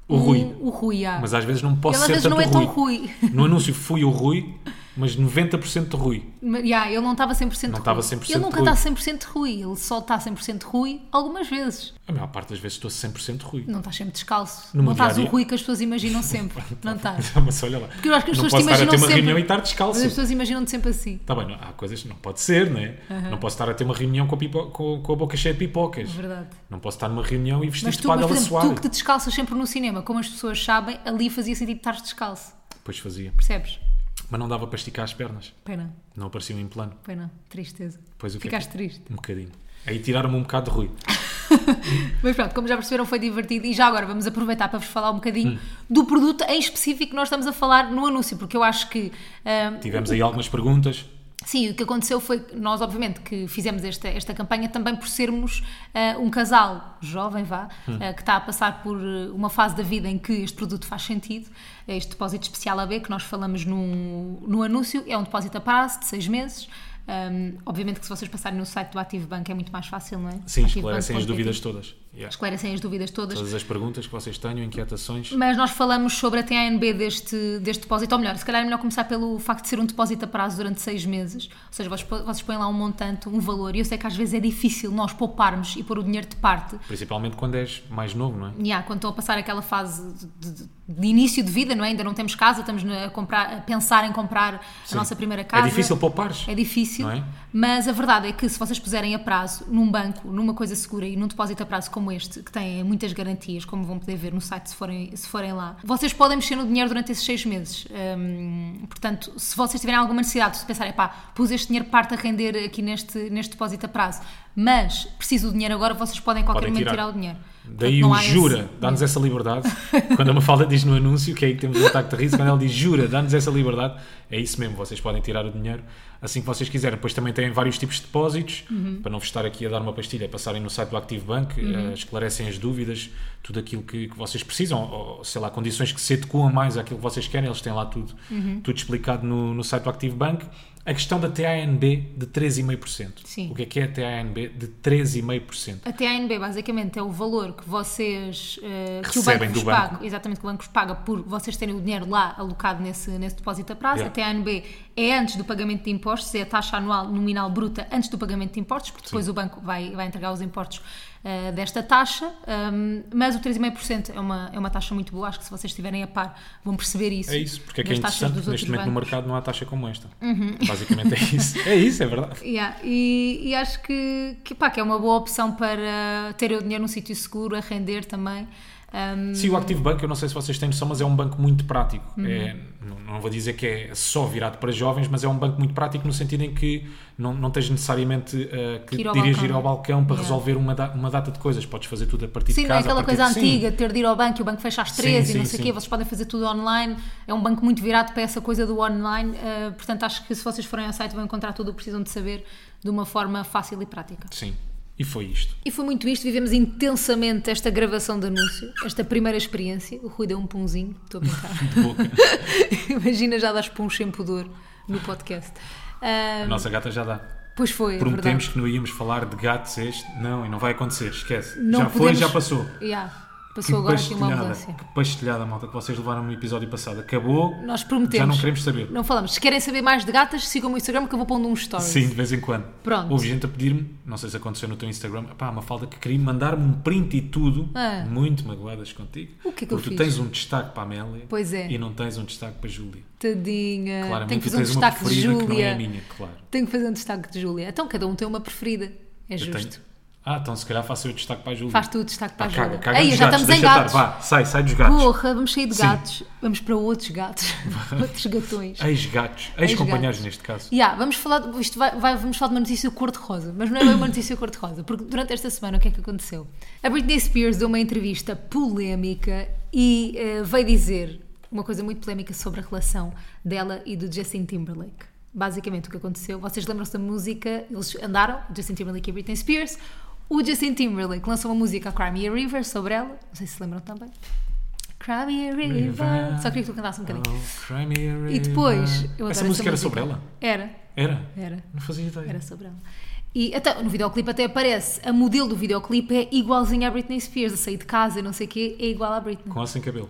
Speaker 2: O Rui.
Speaker 1: O Rui, ah.
Speaker 2: Mas às vezes não posso
Speaker 1: Ele às
Speaker 2: ser
Speaker 1: vezes não
Speaker 2: tanto
Speaker 1: é
Speaker 2: o
Speaker 1: tão Rui.
Speaker 2: No anúncio fui o Rui, mas 90% de Rui.
Speaker 1: Mas, yeah, ele não estava 100%
Speaker 2: Não
Speaker 1: Rui.
Speaker 2: estava 100%
Speaker 1: Ele nunca
Speaker 2: Rui.
Speaker 1: tá está 100% Rui, ele só tá está 100% Rui algumas vezes.
Speaker 2: A maior parte das vezes estou 100% Rui.
Speaker 1: Não estás sempre descalço.
Speaker 2: No
Speaker 1: não
Speaker 2: meu
Speaker 1: estás o
Speaker 2: diário-
Speaker 1: Rui que as pessoas imaginam sempre. não estás.
Speaker 2: (laughs) mas olha lá.
Speaker 1: Porque eu acho que as
Speaker 2: não
Speaker 1: pessoas
Speaker 2: posso estar
Speaker 1: te
Speaker 2: a
Speaker 1: imaginam
Speaker 2: ter uma
Speaker 1: sempre.
Speaker 2: reunião e estar
Speaker 1: Mas as
Speaker 2: descalço.
Speaker 1: pessoas imaginam-te sempre assim.
Speaker 2: Está bem, não- há coisas que não pode ser, né? Não posso estar a ter uma reunião com a, pipo- com- com a boca cheia de pipocas.
Speaker 1: É Verdade.
Speaker 2: Não posso estar numa reunião e vestir
Speaker 1: Mas
Speaker 2: de
Speaker 1: tu, mas,
Speaker 2: padela
Speaker 1: por exemplo, tu
Speaker 2: suave.
Speaker 1: que te descalças sempre no cinema, como as pessoas sabem, ali fazia sentido estar descalço.
Speaker 2: Pois fazia.
Speaker 1: Percebes?
Speaker 2: Mas não dava para esticar as pernas.
Speaker 1: Pena,
Speaker 2: Não apareciam em plano.
Speaker 1: pena, tristeza.
Speaker 2: Pois o que é
Speaker 1: Ficaste
Speaker 2: que-
Speaker 1: triste.
Speaker 2: Um bocadinho. Aí tiraram-me um bocado de Rui.
Speaker 1: Mas pronto, como já perceberam, foi divertido. E já agora vamos aproveitar para vos falar um bocadinho
Speaker 2: Hum.
Speaker 1: do produto em específico que nós estamos a falar no anúncio, porque eu acho que. hum,
Speaker 2: Tivemos aí algumas perguntas.
Speaker 1: Sim, o que aconteceu foi que nós, obviamente, que fizemos esta, esta campanha também por sermos ah, um casal jovem, vá,
Speaker 2: Hum.
Speaker 1: ah, que está a passar por eh, uma fase da vida em que este produto faz sentido. Este depósito especial AB que nós falamos no, no anúncio é um depósito a prazo de seis meses. Ahm, obviamente que se vocês passarem no site do Ativo Banco é muito mais fácil, não é?
Speaker 2: Sim,
Speaker 1: Ativobanco.pt.
Speaker 2: esclarecem as dúvidas todas. Yeah.
Speaker 1: Esclarecem as dúvidas todas.
Speaker 2: Todas as perguntas que vocês tenham, inquietações.
Speaker 1: Mas nós falamos sobre a TANB deste, deste depósito, ou melhor, se calhar é melhor começar pelo facto de ser um depósito a prazo durante seis meses, ou seja, vocês, po- vocês põem lá um montante, um valor, e eu sei que às vezes é difícil nós pouparmos e pôr o dinheiro de parte,
Speaker 2: Principalmente quando és mais novo, não é?
Speaker 1: e há, quando estão a passar aquela fase de, de- de início de vida, não é? ainda não temos casa, estamos na- a, comprar, a pensar em comprar a nossa primeira casa.
Speaker 2: É difícil poupares.
Speaker 1: É difícil,
Speaker 2: Não é?
Speaker 1: mas a verdade é que se vocês puserem a prazo num banco, numa coisa segura e num depósito a prazo como este, que tem muitas garantias, como vão poder ver no site se forem, se forem lá, vocês podem mexer no dinheiro durante esses seis meses. Hum, portanto, se vocês tiverem alguma necessidade, se pensarem, pá, pus este dinheiro parte a render aqui neste, neste depósito a prazo, mas preciso do dinheiro agora, vocês podem a qualquer
Speaker 2: Podem
Speaker 1: momento
Speaker 2: tirar.
Speaker 1: tirar. o dinheiro.
Speaker 2: Daí
Speaker 1: Portanto,
Speaker 2: o
Speaker 1: não há esse-
Speaker 2: jura, dá-nos essa liberdade. Quando a Mafalda diz no anúncio, que é aí que temos um ataque de riso, quando ela diz jura, dá-nos essa liberdade, é isso mesmo, vocês podem tirar o dinheiro assim que vocês quiserem. Depois também têm vários tipos de depósitos,
Speaker 1: Uhum.
Speaker 2: para não vos estar aqui a dar uma pastilha, passarem no site do Active Bank, eh, esclarecem as dúvidas, tudo aquilo que, que vocês precisam, ou sei lá, condições que se adequam mais àquilo que vocês querem, eles têm lá tudo,
Speaker 1: Uhum.
Speaker 2: tudo explicado no, no site do Active Bank. A questão da TANB de 3,5%.
Speaker 1: Sim.
Speaker 2: O que é que é a TANB de 3,5%?
Speaker 1: A TANB basicamente é o valor que vocês eh, que
Speaker 2: Recebem
Speaker 1: o banco
Speaker 2: do
Speaker 1: vos
Speaker 2: banco.
Speaker 1: paga, exatamente que o banco vos paga por vocês terem o dinheiro lá alocado nesse, nesse depósito a prazo.
Speaker 2: Yeah.
Speaker 1: A TANB é antes do pagamento de impostos, é a taxa anual nominal bruta antes do pagamento de impostos, porque depois o banco vai, vai entregar os impostos eh, desta taxa, Ahm, mas o 3,5% é uma, é uma taxa muito boa, acho que se vocês estiverem a par vão perceber isso.
Speaker 2: É isso, porque é que é
Speaker 1: das taxas
Speaker 2: interessante,
Speaker 1: dos
Speaker 2: porque neste momento
Speaker 1: outros
Speaker 2: no
Speaker 1: bancos. Uhum.
Speaker 2: mercado não há taxa como esta. Basicamente é
Speaker 1: (laughs)
Speaker 2: isso. É isso, é verdade.
Speaker 1: Yeah, e, e acho que, que, pá, que é uma boa opção para ter o dinheiro num sítio seguro, a render também. Um,
Speaker 2: Sim, o Active Bank, eu não sei se vocês têm noção, mas é um banco muito prático.
Speaker 1: Uhum.
Speaker 2: É, não, não vou dizer que é só virado para jovens, mas é um banco muito prático no sentido em que não, não tens necessariamente uh, que,
Speaker 1: Que ir ao
Speaker 2: dirigir
Speaker 1: balcão.
Speaker 2: ao balcão para
Speaker 1: Yeah.
Speaker 2: resolver uma, da- uma data de coisas. Podes fazer tudo a partir
Speaker 1: Sim,
Speaker 2: de
Speaker 1: não é
Speaker 2: casa. a
Speaker 1: aquela
Speaker 2: partir
Speaker 1: coisa
Speaker 2: de- Sim.
Speaker 1: antiga de ter de ir ao banco e o banco fecha às 13 e
Speaker 2: sim,
Speaker 1: não sei o
Speaker 2: sim.
Speaker 1: quê, vocês podem fazer tudo online. É um banco muito virado para essa coisa do online, eh, portanto acho que se vocês forem ao site vão encontrar tudo o que precisam de saber de uma forma fácil e prática.
Speaker 2: Sim, e foi isto.
Speaker 1: E foi muito isto, vivemos intensamente esta gravação de anúncio, esta primeira experiência. O Rui deu um punzinho, estou a brincar.
Speaker 2: (laughs) De boca.
Speaker 1: (laughs) Imagina já um das puns sem pudor no podcast. Ah,
Speaker 2: A nossa gata já dá.
Speaker 1: Pois foi, é
Speaker 2: Prometemos
Speaker 1: verdade.
Speaker 2: que não íamos falar de gatos este. Não, e não vai acontecer, esquece.
Speaker 1: Não
Speaker 2: já foi,
Speaker 1: podemos-
Speaker 2: já passou.
Speaker 1: Yeah, passou agora aqui uma
Speaker 2: pastelhada,
Speaker 1: ambulância.
Speaker 2: Que pastelhada, malta, que vocês levaram no episódio passado. Acabou.
Speaker 1: Nós prometemos.
Speaker 2: Já não queremos saber.
Speaker 1: Não falamos. Se querem saber mais de gatas, sigam-me no Instagram que eu vou pondo um story.
Speaker 2: Sim, de vez em quando.
Speaker 1: Pronto.
Speaker 2: Houve gente a pedir-me, não sei se aconteceu no teu Instagram, pá, uma falda que queria mandar-me um print e tudo.
Speaker 1: Ah.
Speaker 2: Muito magoadas contigo.
Speaker 1: O que é que eu
Speaker 2: Porque
Speaker 1: fiz?
Speaker 2: tu tens um destaque para a Amélia
Speaker 1: Pois é.
Speaker 2: e não tens um destaque para a Júlia.
Speaker 1: Tadinha. Tenho
Speaker 2: Claramente, tu
Speaker 1: que fazer um
Speaker 2: tens uma
Speaker 1: destaque de
Speaker 2: preferida que não é a
Speaker 1: Júlia.
Speaker 2: minha, claro.
Speaker 1: Tenho que fazer um destaque de Júlia. Então cada um tem uma preferida. É
Speaker 2: Eu
Speaker 1: justo.
Speaker 2: tenho- Ah, então se calhar faço eu destaque para a Júlia.
Speaker 1: Faz tu o destaque para
Speaker 2: Pá,
Speaker 1: a
Speaker 2: caga,
Speaker 1: Júlia.
Speaker 2: caga
Speaker 1: Ei,
Speaker 2: nos
Speaker 1: já
Speaker 2: gatos,
Speaker 1: estamos em
Speaker 2: deixa
Speaker 1: gatos.
Speaker 2: estar, vá, sai, sai dos gatos.
Speaker 1: Porra, vamos sair de
Speaker 2: Sim.
Speaker 1: gatos. Vamos para outros gatos. (laughs) outros gatões.
Speaker 2: Ex-gatos, ex-companheiros neste caso.
Speaker 1: Ya, vamos falar de, isto vai, vai- vamos falar de uma notícia cor-de-rosa, mas não é bem uma notícia cor-de-rosa, porque durante esta semana o que é que aconteceu? A Britney Spears deu uma entrevista polémica e eh, veio dizer uma coisa muito polémica sobre a relação dela e do Justin Timberlake. Basicamente o que aconteceu, vocês lembram-se da música, eles andaram, Justin Timberlake e Britney Spears, o Justin Timberlake lançou uma música, Cry Me a River, sobre ela, não sei se se lembram também. Cry Me a River. Só queria que tu cantasses um bocadinho.
Speaker 2: Oh, cry me a
Speaker 1: E depois,
Speaker 2: river.
Speaker 1: eu adoro
Speaker 2: Essa música era sobre ela?
Speaker 1: Era.
Speaker 2: Era?
Speaker 1: Era,
Speaker 2: Não fazia ideia.
Speaker 1: era sobre ela. E até, no videoclipe até aparece, a modelo do videoclipe é igualzinha à Britney Spears, a sair de casa, e não sei o quê, é igual à Britney.
Speaker 2: Com ou sem cabelo?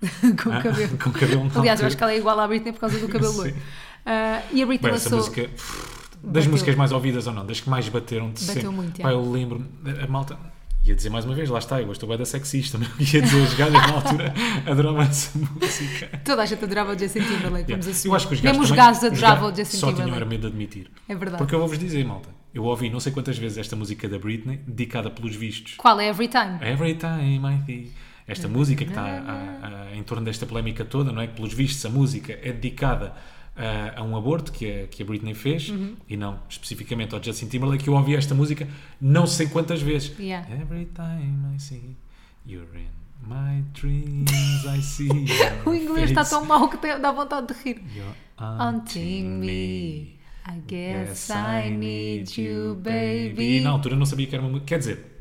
Speaker 1: (laughs) com o
Speaker 2: Ah,
Speaker 1: cabelo.
Speaker 2: com o cabelo não
Speaker 1: Aliás, eu
Speaker 2: tem.
Speaker 1: acho que ela é igual à Britney por causa do cabelo
Speaker 2: (laughs)
Speaker 1: loiro.
Speaker 2: Sim.
Speaker 1: Ah, e a Britney
Speaker 2: Bem, essa
Speaker 1: lançou.
Speaker 2: música. é pff, Das
Speaker 1: Bateu.
Speaker 2: músicas mais ouvidas ou não, das que mais bateram de
Speaker 1: Bateu
Speaker 2: sempre.
Speaker 1: muito, é.
Speaker 2: Pá, eu lembro-me, a- a malta. Ia dizer mais uma vez, lá está, eu estou bem da sexista, não ia dizer as gajas na altura (laughs) adoravam essa música.
Speaker 1: Toda a gente adorava o Justin Timberlake, vamos assumir.
Speaker 2: Eu acho que os gajos
Speaker 1: assim Mesmo os
Speaker 2: também-
Speaker 1: gajos adoravam o
Speaker 2: gajos
Speaker 1: Justin
Speaker 2: Só tinham era
Speaker 1: Timberlake.
Speaker 2: medo de admitir.
Speaker 1: É verdade.
Speaker 2: Porque eu vou-vos dizer, malta, eu ouvi não sei quantas vezes esta música da Britney, dedicada pelos vistos.
Speaker 1: Qual é Every Time?
Speaker 2: Every time I feel. Esta música que está a- a- em torno desta polémica toda, não é? Que pelos vistos a música é dedicada a, a um aborto que a, que a Britney fez
Speaker 1: Uhum.
Speaker 2: e não especificamente ao Justin Timberlake. que Eu ouvi esta música não sei quantas vezes.
Speaker 1: Yeah.
Speaker 2: Every time I see you're in my dreams, I
Speaker 1: (laughs)
Speaker 2: see. your
Speaker 1: O inglês está
Speaker 2: face.
Speaker 1: tão mau que tem- dá vontade de rir.
Speaker 2: You're
Speaker 1: Haunting me. I guess I need you,
Speaker 2: E
Speaker 1: baby.
Speaker 2: na altura eu não sabia que era uma música. Quer dizer,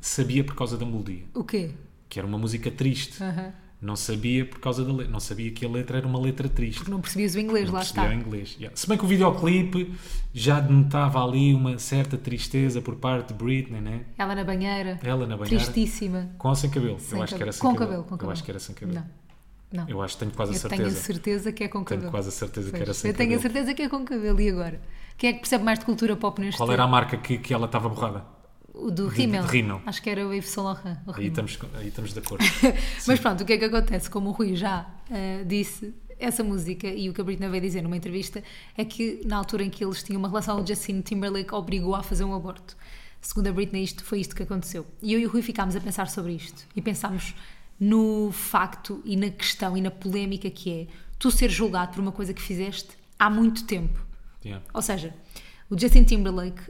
Speaker 2: sabia por causa da melodia,
Speaker 1: O quê?
Speaker 2: que era uma música triste.
Speaker 1: Aham.
Speaker 2: Não sabia por causa da letra. Não sabia que a letra era uma letra triste.
Speaker 1: Porque não percebias o inglês,
Speaker 2: Não
Speaker 1: lá
Speaker 2: percebia
Speaker 1: está.
Speaker 2: o inglês. Yeah. Se bem que o videoclipe já denotava ali uma certa tristeza por parte de Britney, né?
Speaker 1: Ela na banheira.
Speaker 2: Ela na banheira.
Speaker 1: Tristíssima.
Speaker 2: Com ou sem cabelo?
Speaker 1: Sem
Speaker 2: eu acho que era
Speaker 1: cabelo.
Speaker 2: sem
Speaker 1: Com
Speaker 2: cabelo.
Speaker 1: cabelo, com
Speaker 2: Eu
Speaker 1: cabelo.
Speaker 2: acho que era sem cabelo.
Speaker 1: Não. Não.
Speaker 2: Eu acho que tenho quase a
Speaker 1: Eu
Speaker 2: certeza.
Speaker 1: tenho a certeza que é com cabelo.
Speaker 2: Tenho quase a certeza que era
Speaker 1: Pois,
Speaker 2: sem
Speaker 1: eu tenho a
Speaker 2: cabelo.
Speaker 1: certeza que é com cabelo. E agora? Quem é que percebe mais de cultura pop neste
Speaker 2: Qual era a marca que, que ela estava borrada?
Speaker 1: O do
Speaker 2: de
Speaker 1: Rimmel.
Speaker 2: Rimmel.
Speaker 1: Acho que era o Yves Saint Laurent. o
Speaker 2: Aí
Speaker 1: Rimmel.
Speaker 2: estamos, aí estamos de
Speaker 1: (laughs)
Speaker 2: acordo.
Speaker 1: Mas pronto, o que é que acontece? Como o Rui já ah, disse, essa música e o que a Britney veio dizer numa entrevista é que na altura em que eles tinham uma relação, o Justin Timberlake obrigou a fazer um aborto. Segundo a Britney, isto, foi isto que aconteceu. E eu e o Rui ficámos a pensar sobre isto e pensámos no facto e na questão e na polémica que é tu ser julgado por uma coisa que fizeste há muito tempo.
Speaker 2: Yeah.
Speaker 1: Ou seja, o Justin Timberlake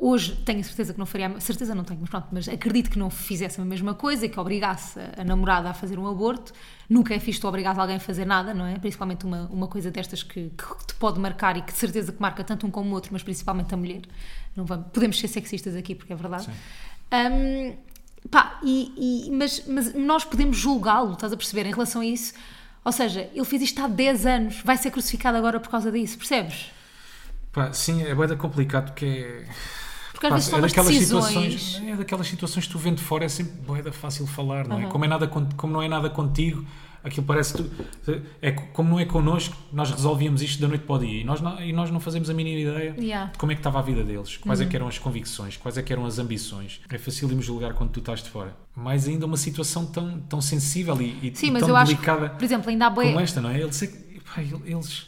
Speaker 1: hoje tenho a certeza que não faria, a- certeza não tenho, mas pronto, mas acredito que não fizesse a mesma coisa e que obrigasse a- a namorada a fazer um aborto. Nunca é fixe tu obrigares alguém a fazer nada, não é? Principalmente uma, uma coisa destas que, que te pode marcar e que de certeza que marca tanto um como o outro, mas principalmente a mulher. Não vamos, podemos ser sexistas aqui porque é verdade. Hum, pá, e, e- mas, mas nós podemos julgá-lo, estás a perceber, em relação a isso. Ou seja, ele fez isto há 10 anos, vai ser crucificado agora por causa disso, percebes?
Speaker 2: Pá, sim, é bué da complicado que é.
Speaker 1: Porque às
Speaker 2: Pá,
Speaker 1: vezes são as decisões.
Speaker 2: situações, é daquelas situações que tu vendo de fora é sempre boeda fácil falar, não é? Como, é nada, con- como não é nada contigo, aquilo parece tu, é co- como não é connosco, nós resolvíamos isto da noite para o dia e nós não, e nós não fazemos a mínima ideia
Speaker 1: Yeah. Uhum.
Speaker 2: de como é que estava a vida deles, quais é que eram as convicções, quais é que eram as ambições. É fácil irmos julgar quando tu estás de fora. Mais ainda uma situação tão, tão sensível e, e
Speaker 1: Sim,
Speaker 2: tão
Speaker 1: mas eu acho que,
Speaker 2: delicada
Speaker 1: por exemplo, ainda há bué,
Speaker 2: como esta, não é? Eles, é que- pá, eles,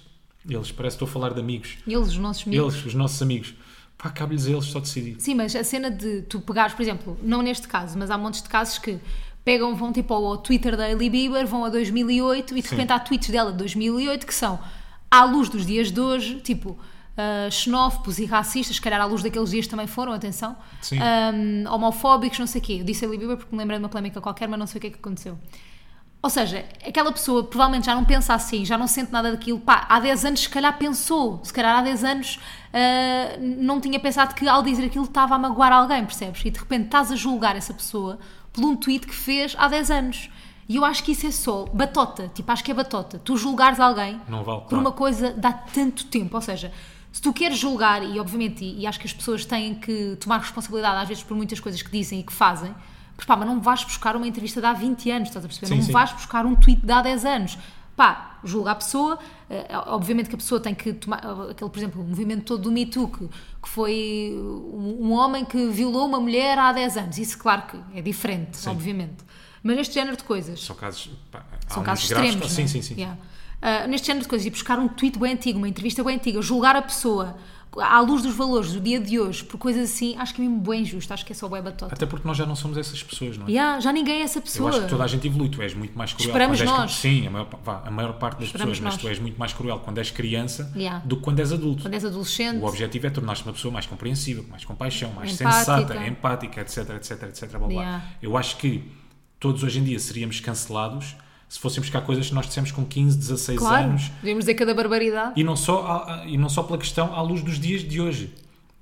Speaker 2: eles parece que estou a falar de amigos.
Speaker 1: eles, os nossos amigos.
Speaker 2: Eles, os nossos amigos. Pá, cabe-lhes a eles só decidir.
Speaker 1: Sim, mas a cena de tu pegares, por exemplo, não neste caso, mas há montes de casos que pegam, vão tipo ao, ao Twitter da Hailey Bieber, vão a 2008 e de
Speaker 2: Sim.
Speaker 1: repente há tweets dela de 2008 que são à luz dos dias de hoje, tipo ah, xenófobos e racistas, se calhar à luz daqueles dias também foram, atenção, Ah,
Speaker 2: Sim.
Speaker 1: Ahm, um, homofóbicos, não sei o quê. Eu disse Hailey Bieber porque me lembrei de uma polémica qualquer, mas não sei o que é que aconteceu. Ou seja, aquela pessoa provavelmente já não pensa assim, já não sente nada daquilo. Pá, há 10 anos se calhar pensou, se calhar há 10 anos ah, não tinha pensado que ao dizer aquilo estava a magoar alguém, percebes? E de repente estás a julgar essa pessoa por um tweet que fez há 10 anos. E eu acho que isso é só batota, tipo, acho que é batota. Tu julgares alguém
Speaker 2: Não vale,
Speaker 1: por
Speaker 2: claro.
Speaker 1: uma coisa dá tanto tempo, ou seja, se tu queres julgar, e obviamente, e, e acho que as pessoas têm que tomar responsabilidade às vezes por muitas coisas que dizem e que fazem, mas pá, mas não vais buscar uma entrevista de há 20 anos, estás a perceber?
Speaker 2: Sim,
Speaker 1: não
Speaker 2: sim.
Speaker 1: vais buscar um tweet de há 10 anos. Pá, julga a pessoa, eh, obviamente que a pessoa tem que tomar, aquele, por exemplo, o movimento todo do Me Too, que, que foi um, um homem que violou uma mulher há 10 anos, isso claro que é diferente, obviamente. Mas este género de coisas,
Speaker 2: São casos. Pá, há
Speaker 1: são
Speaker 2: uns
Speaker 1: casos
Speaker 2: graves,
Speaker 1: extremos.
Speaker 2: Sim,
Speaker 1: não é?
Speaker 2: sim, sim.
Speaker 1: Yeah. Ah, neste género de coisas, e buscar um tweet bem antigo, uma entrevista bem antiga, julgar a pessoa à luz dos valores do dia de hoje por coisas assim, acho que é mesmo bem injusto, acho que é só bem batota.
Speaker 2: Até porque nós já não somos essas pessoas, não é?
Speaker 1: Yeah, já ninguém é essa
Speaker 2: Eu
Speaker 1: pessoa.
Speaker 2: acho que toda a gente evolui, tu és muito mais cruel.
Speaker 1: Esperamos
Speaker 2: quando és,
Speaker 1: nós.
Speaker 2: Sim, a maior, pa- vá, a maior parte das
Speaker 1: Esperamos
Speaker 2: pessoas,
Speaker 1: nós.
Speaker 2: mas tu és muito mais cruel quando és criança
Speaker 1: Yeah.
Speaker 2: do que quando és adulto.
Speaker 1: Quando és adolescente,
Speaker 2: O objetivo é tornar-te uma pessoa mais compreensiva, com mais compaixão, mais
Speaker 1: Empática.
Speaker 2: sensata, empática, etc, etc, etc, blá, blá.
Speaker 1: Yeah.
Speaker 2: Eu acho que todos hoje em dia seríamos cancelados se fôssemos cá coisas que nós dissemos com 15, 16
Speaker 1: claro,
Speaker 2: anos
Speaker 1: podemos dizer cada barbaridade.
Speaker 2: E não, só, à- à- e não só pela questão à luz dos dias de hoje.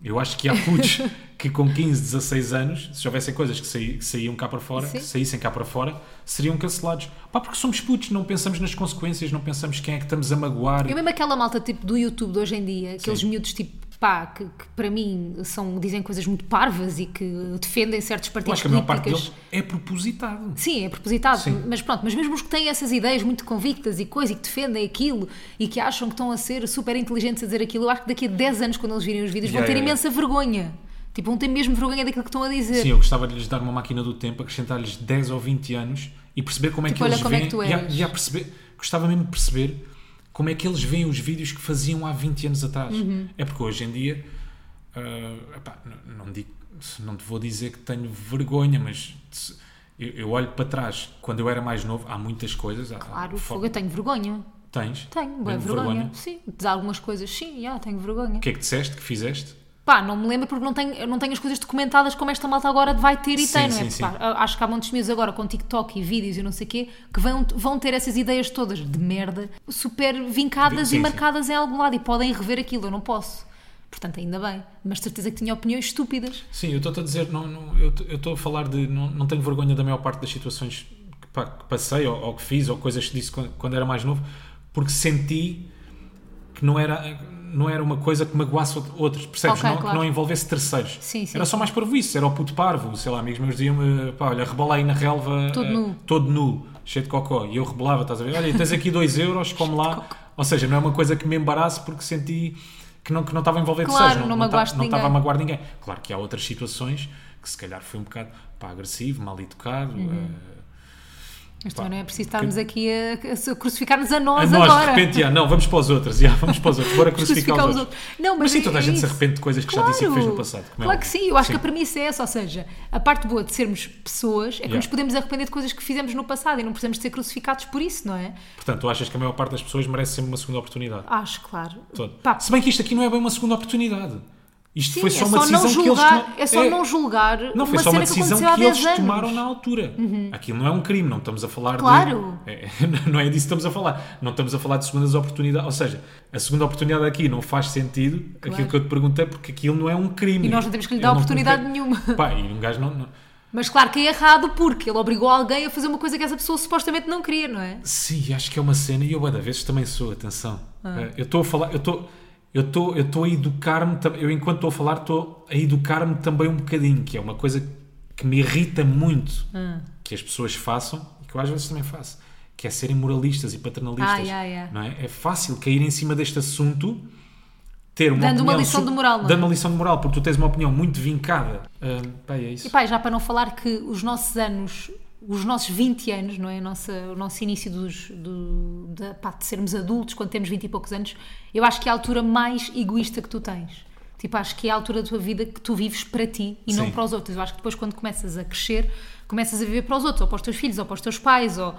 Speaker 2: Eu acho que há
Speaker 1: (laughs)
Speaker 2: putos que com 15, 16 anos, se houvessem coisas que, saí- que saíam cá para fora,
Speaker 1: Sim.
Speaker 2: que saíssem cá para fora, seriam cancelados. Pá, porque somos putos, não pensamos nas consequências, não pensamos quem é que estamos a magoar.
Speaker 1: Eu mesmo aquela malta tipo do YouTube de hoje em dia, aqueles miúdos tipo pá, que, que para mim são, dizem coisas muito parvas e que defendem certos
Speaker 2: Eu
Speaker 1: partidos
Speaker 2: acho que a maior parte
Speaker 1: políticas.
Speaker 2: deles é propositado.
Speaker 1: Sim, é propositado,
Speaker 2: Sim.
Speaker 1: mas pronto, mas mesmo os que têm essas ideias muito convictas e coisa e que defendem aquilo e que acham que estão a ser super inteligentes a dizer aquilo, eu acho que daqui a 10 anos, quando eles virem os vídeos, vão
Speaker 2: Yeah,
Speaker 1: ter
Speaker 2: yeah,
Speaker 1: imensa vergonha. Tipo, vão ter mesmo vergonha daquilo que estão a dizer.
Speaker 2: Sim, eu gostava de lhes dar uma máquina do tempo, acrescentar-lhes 10 ou 20 anos e perceber como é
Speaker 1: Tipo,
Speaker 2: que
Speaker 1: olha
Speaker 2: eles
Speaker 1: como é
Speaker 2: veem.
Speaker 1: que tu
Speaker 2: e a-
Speaker 1: eras.
Speaker 2: e a perceber, gostava mesmo de perceber como é que eles veem os vídeos que faziam há 20 anos atrás.
Speaker 1: Uhum.
Speaker 2: É porque hoje em dia. ah, epá, n- não, digo, não te vou dizer que tenho vergonha, mas se- eu, eu olho para trás. Quando eu era mais novo, há muitas coisas. há-
Speaker 1: Claro,
Speaker 2: fo-
Speaker 1: fogo, eu tenho vergonha.
Speaker 2: Tens?
Speaker 1: Tenho, boa
Speaker 2: Mesmo
Speaker 1: vergonha. Sim, de algumas coisas, sim, já, tenho vergonha.
Speaker 2: O que é que disseste? Que fizeste?
Speaker 1: Pá, não me lembro porque não tenho, eu não tenho as coisas documentadas como esta malta agora vai ter e
Speaker 2: Sim,
Speaker 1: tem, não é?
Speaker 2: sim,
Speaker 1: Porque,
Speaker 2: sim.
Speaker 1: pá, a- acho que há muitos miúdos agora com TikTok e vídeos e não sei o quê que vão, vão ter essas ideias todas de merda super vincadas
Speaker 2: Sim,
Speaker 1: e
Speaker 2: sim.
Speaker 1: marcadas em algum lado e podem rever aquilo, eu não posso. Portanto, ainda bem, mas de certeza que tinha opiniões estúpidas.
Speaker 2: Sim, eu estou-te a dizer, não, não, eu eu estou a falar de. Não, não tenho vergonha da maior parte das situações que, pá, que passei ou, ou que fiz ou coisas que disse quando, quando era mais novo, porque senti que não era, não era uma coisa que magoasse out- outros, percebes?
Speaker 1: Ok,
Speaker 2: não,
Speaker 1: claro.
Speaker 2: Que não envolvesse terceiros.
Speaker 1: Sim, sim,
Speaker 2: era só mais parvo isso, era o puto parvo, sei lá, amigos meus diziam-me, pá, olha, rebola aí na relva,
Speaker 1: Todo
Speaker 2: eh,
Speaker 1: nu.
Speaker 2: todo nu, cheio de cocó. E eu rebolava, estás a ver? Olha, tens aqui 2
Speaker 1: (laughs)
Speaker 2: euros, come lá. Ou seja, não é uma coisa que me embarace porque senti que não, que não estava envolvido
Speaker 1: Claro,
Speaker 2: terceiros,
Speaker 1: não
Speaker 2: ta-
Speaker 1: magoaste
Speaker 2: não estava
Speaker 1: ninguém.
Speaker 2: a magoar ninguém. Claro que há outras situações que se calhar foi um bocado pá, agressivo, mal educado.
Speaker 1: Uhum.
Speaker 2: eh,
Speaker 1: Mas
Speaker 2: Pá,
Speaker 1: também não é preciso estarmos aqui a, a crucificar-nos a nós,
Speaker 2: a nós,
Speaker 1: agora.
Speaker 2: de repente, já, não, vamos para os outros, já, vamos para os outros, bora crucificar,
Speaker 1: (laughs) Crucificar
Speaker 2: os,
Speaker 1: os
Speaker 2: outros.
Speaker 1: outros. Não, mas
Speaker 2: mas sim,
Speaker 1: é
Speaker 2: toda a gente se
Speaker 1: isso.
Speaker 2: arrepende de coisas que já disse e que fez no passado. como é
Speaker 1: Claro que
Speaker 2: óbvio.
Speaker 1: sim, eu acho que
Speaker 2: Sim.
Speaker 1: a premissa é essa, ou seja, a parte boa de sermos pessoas é que
Speaker 2: Yeah.
Speaker 1: nos podemos arrepender de coisas que fizemos no passado e não precisamos de ser crucificados por isso, não é?
Speaker 2: Portanto, tu achas que a maior parte das pessoas merece sempre uma segunda oportunidade?
Speaker 1: Acho, claro.
Speaker 2: Todo.
Speaker 1: Ah, Pá,
Speaker 2: Se bem que isto aqui não é bem uma segunda oportunidade. Isto
Speaker 1: sim,
Speaker 2: foi só
Speaker 1: é
Speaker 2: uma
Speaker 1: só não
Speaker 2: decisão
Speaker 1: julgar,
Speaker 2: que eles
Speaker 1: é só não julgar
Speaker 2: Não, foi
Speaker 1: uma
Speaker 2: só uma
Speaker 1: cena
Speaker 2: decisão
Speaker 1: que
Speaker 2: que,
Speaker 1: aconteceu há 10
Speaker 2: eles
Speaker 1: anos. Uhum.
Speaker 2: tomaram na altura. Aquilo não é um crime, não estamos a falar de-
Speaker 1: Claro.
Speaker 2: É, (laughs) não é disso que estamos a falar. Não estamos a falar de segundas oportunidades. Ou seja, a segunda oportunidade aqui não faz sentido. Aquilo que eu te perguntei, porque aquilo não é um crime.
Speaker 1: E nós não temos que lhe
Speaker 2: Eu
Speaker 1: dar
Speaker 2: não
Speaker 1: oportunidade
Speaker 2: perguntei-
Speaker 1: nenhuma.
Speaker 2: Pá, e um gajo não- não...
Speaker 1: Mas claro que é errado porque ele obrigou alguém a fazer uma coisa que essa pessoa supostamente não queria, não é?
Speaker 2: Sim, acho que é uma cena e eu bué da vezes também sou, atenção.
Speaker 1: Ah.
Speaker 2: Eh, Eu estou a falar, eu estou eu estou eu estou a educar-me, tam- eu enquanto estou a falar estou a educar-me também um bocadinho, que é uma coisa que me irrita muito
Speaker 1: Ah.
Speaker 2: que as pessoas façam e que eu às vezes também faço, que é serem moralistas e paternalistas,
Speaker 1: Ah, yeah, yeah.
Speaker 2: não é? É fácil cair em cima deste assunto ter uma
Speaker 1: Dando uma
Speaker 2: opinião
Speaker 1: lição
Speaker 2: su-
Speaker 1: de moral, não é?
Speaker 2: Dando uma lição de moral, porque tu tens uma opinião muito vincada. Ah, pá, é isso.
Speaker 1: E pá, e já para não falar que os nossos anos, os nossos 20 anos, não é? A nossa- o nosso início dos, do, da- pá, de sermos adultos, quando temos 20 e poucos anos, eu acho que é a altura mais egoísta que tu tens. Tipo, acho que é a altura da tua vida que tu vives para ti e não
Speaker 2: Sim.
Speaker 1: para os outros. Eu acho que depois, quando começas a crescer, começas a viver para os outros, ou para os teus filhos, ou para os teus pais, ou.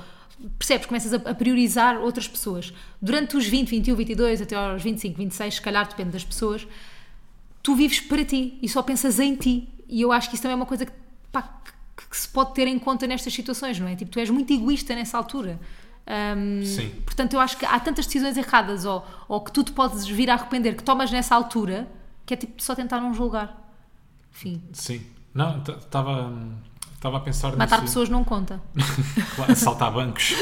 Speaker 1: Percebes? Começas a a priorizar outras pessoas. Durante os 20, 21, 22, até aos 25, 26, se calhar depende das pessoas, tu vives para ti e só pensas em ti. E eu acho que isso também é uma coisa que, pá, que- que se pode ter em conta nestas situações, não é? Tipo, tu és muito egoísta nessa altura. Hum,
Speaker 2: Sim.
Speaker 1: Portanto, eu acho que há tantas decisões erradas ou, ou que tu te podes vir a arrepender que tomas nessa altura que é tipo só tentar não julgar. Enfim,
Speaker 2: Sim. Não, estava estava a pensar
Speaker 1: matar
Speaker 2: nisso.
Speaker 1: pessoas não conta.
Speaker 2: Claro, assaltar bancos.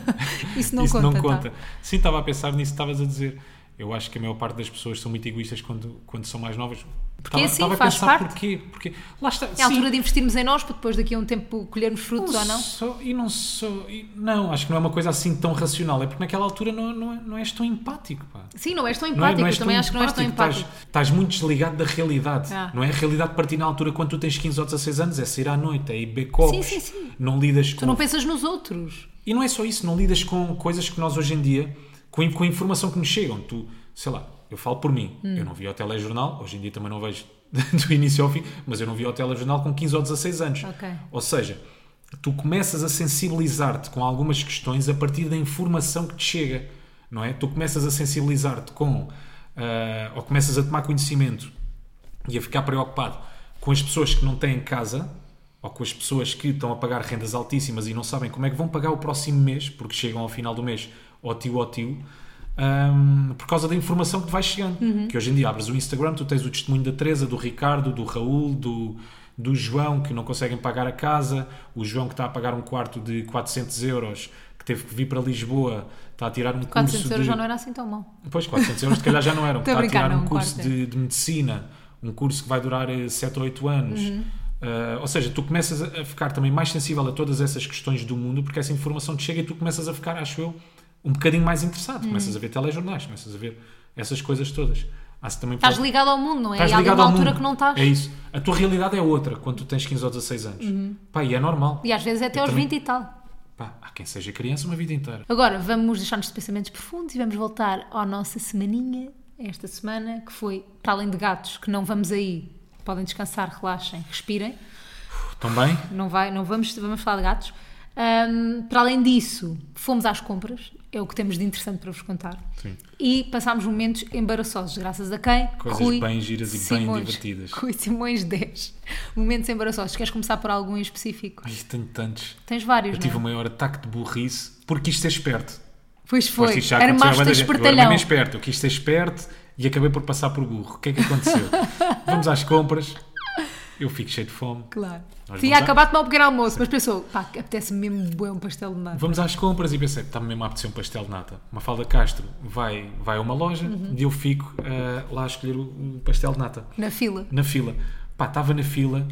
Speaker 2: (laughs)
Speaker 1: Isso (laughs) não
Speaker 2: Isso
Speaker 1: conta.
Speaker 2: não conta.
Speaker 1: Tá?
Speaker 2: Sim, estava a pensar nisso, que estavas a dizer. Eu acho que a maior parte das pessoas são muito egoístas quando, quando são mais novas. Porque
Speaker 1: é assim, faz parte.
Speaker 2: porquê. Porque, lá está,
Speaker 1: É a altura de investirmos em nós para depois daqui a um tempo colhermos frutos ou não.
Speaker 2: Só, e não sou. e não, acho que não é uma coisa assim tão racional. É porque naquela altura não, não, não és tão empático. Pá.
Speaker 1: Sim, não és tão
Speaker 2: Não é-
Speaker 1: empático.
Speaker 2: não
Speaker 1: eu também acho que não és tão empático.
Speaker 2: Estás, estás muito desligado da realidade.
Speaker 1: Ah.
Speaker 2: Não é a realidade para ti na altura quando tu tens 15 ou 16 anos. É sair à noite, é ir beber copos.
Speaker 1: Sim, sim, sim.
Speaker 2: Não lidas com
Speaker 1: Tu não pensas nos outros.
Speaker 2: E não é só isso, não lidas com coisas que nós hoje em dia, com, in- com a informação que nos chegam. Tu, sei lá, eu falo por mim, eu não via o telejornal, hoje em dia também não vejo (laughs) do início ao fim, mas eu não via o telejornal com 15 ou 16 anos.
Speaker 1: Ok.
Speaker 2: Ou seja, tu começas a sensibilizar-te com algumas questões a partir da informação que te chega, não é? Tu começas a sensibilizar-te com, ah, ou começas a tomar conhecimento e a ficar preocupado com as pessoas que não têm casa ou com as pessoas que estão a pagar rendas altíssimas e não sabem como é que vão pagar o próximo mês, porque chegam ao final do mês ao tio ao tio, hum, por causa da informação que te vai chegando.
Speaker 1: Uhum.
Speaker 2: Que hoje em dia abres o Instagram, tu tens o testemunho da Teresa, do Ricardo, do Raul, do, do João, que não conseguem pagar a casa, o João que está a pagar um quarto de 400 euros, que que teve que vir para Lisboa, está a tirar um
Speaker 1: 400
Speaker 2: curso
Speaker 1: euros
Speaker 2: de...
Speaker 1: já não era assim tão mal.
Speaker 2: Pois, 400 euros, se calhar já
Speaker 1: (laughs)
Speaker 2: não eram.
Speaker 1: Estou
Speaker 2: Está
Speaker 1: a
Speaker 2: a
Speaker 1: brincar,
Speaker 2: tirar
Speaker 1: não,
Speaker 2: um curso
Speaker 1: quarta.
Speaker 2: de, de medicina, um curso que vai durar 7 ou 8 anos.
Speaker 1: Uhum.
Speaker 2: Ah, ou seja, tu começas a a ficar também mais sensível a todas essas questões do mundo, porque essa informação te chega e tu começas a ficar, acho eu, um bocadinho mais interessado.
Speaker 1: Uhum.
Speaker 2: Começas a ver telejornais, começas a ver essas coisas todas. Há também
Speaker 1: Estás
Speaker 2: pode-
Speaker 1: ligado ao mundo, não é?
Speaker 2: Estás
Speaker 1: e há ali
Speaker 2: ligado
Speaker 1: uma
Speaker 2: ao
Speaker 1: altura
Speaker 2: mundo.
Speaker 1: que não estás.
Speaker 2: É isso. A tua realidade é outra quando tu tens 15 ou 16 anos.
Speaker 1: Uhum.
Speaker 2: Pá, e é normal.
Speaker 1: E às vezes é até
Speaker 2: Eu
Speaker 1: aos
Speaker 2: também-
Speaker 1: 20 e tal.
Speaker 2: Pá, há quem seja criança uma vida inteira.
Speaker 1: Agora, vamos deixar-nos de pensamentos profundos e vamos voltar à nossa semaninha, esta semana, que foi, para além de gatos, que não vamos aí, podem descansar, relaxem, respirem,
Speaker 2: Também?
Speaker 1: não, vai, não vamos, vamos falar de gatos. Ahm, para além disso, fomos às compras, é o que temos de interessante para vos contar.
Speaker 2: Sim.
Speaker 1: E passámos momentos embaraçosos, graças a quem?
Speaker 2: Coisas bem giras e bem divertidas.
Speaker 1: (laughs) Rui Simões 10. Momentos embaraçosos. Queres começar por algum em específico?
Speaker 2: Ai, tenho tantos.
Speaker 1: Tens
Speaker 2: Eu
Speaker 1: vários, não é?
Speaker 2: tive o maior ataque de burrice porque quis ser esperto.
Speaker 1: Pois foi.
Speaker 2: Mas isto já
Speaker 1: Era
Speaker 2: aconteceu a
Speaker 1: mais
Speaker 2: bué da gente. Eu era
Speaker 1: espertalhão.
Speaker 2: mesmo é esperto. Eu quis ser esperto e acabei por passar por burro. O que é que
Speaker 1: (laughs)
Speaker 2: aconteceu? Vamos às compras. Eu fico cheio de fome.
Speaker 1: Claro.
Speaker 2: Nós
Speaker 1: Tinha
Speaker 2: vamos à-
Speaker 1: acabado de tomar um pequeno almoço, mas pensou, pá, apetece-me mesmo bué um pastel de nada.
Speaker 2: Vamos às compras e pensei, está-me mesmo a apetecer um pastel de nata. Mafalda Castro vai, vai a uma loja
Speaker 1: Uhum.
Speaker 2: e eu fico ah, lá a escolher o, o pastel de nata.
Speaker 1: Na fila.
Speaker 2: Na fila. Pá, estava na fila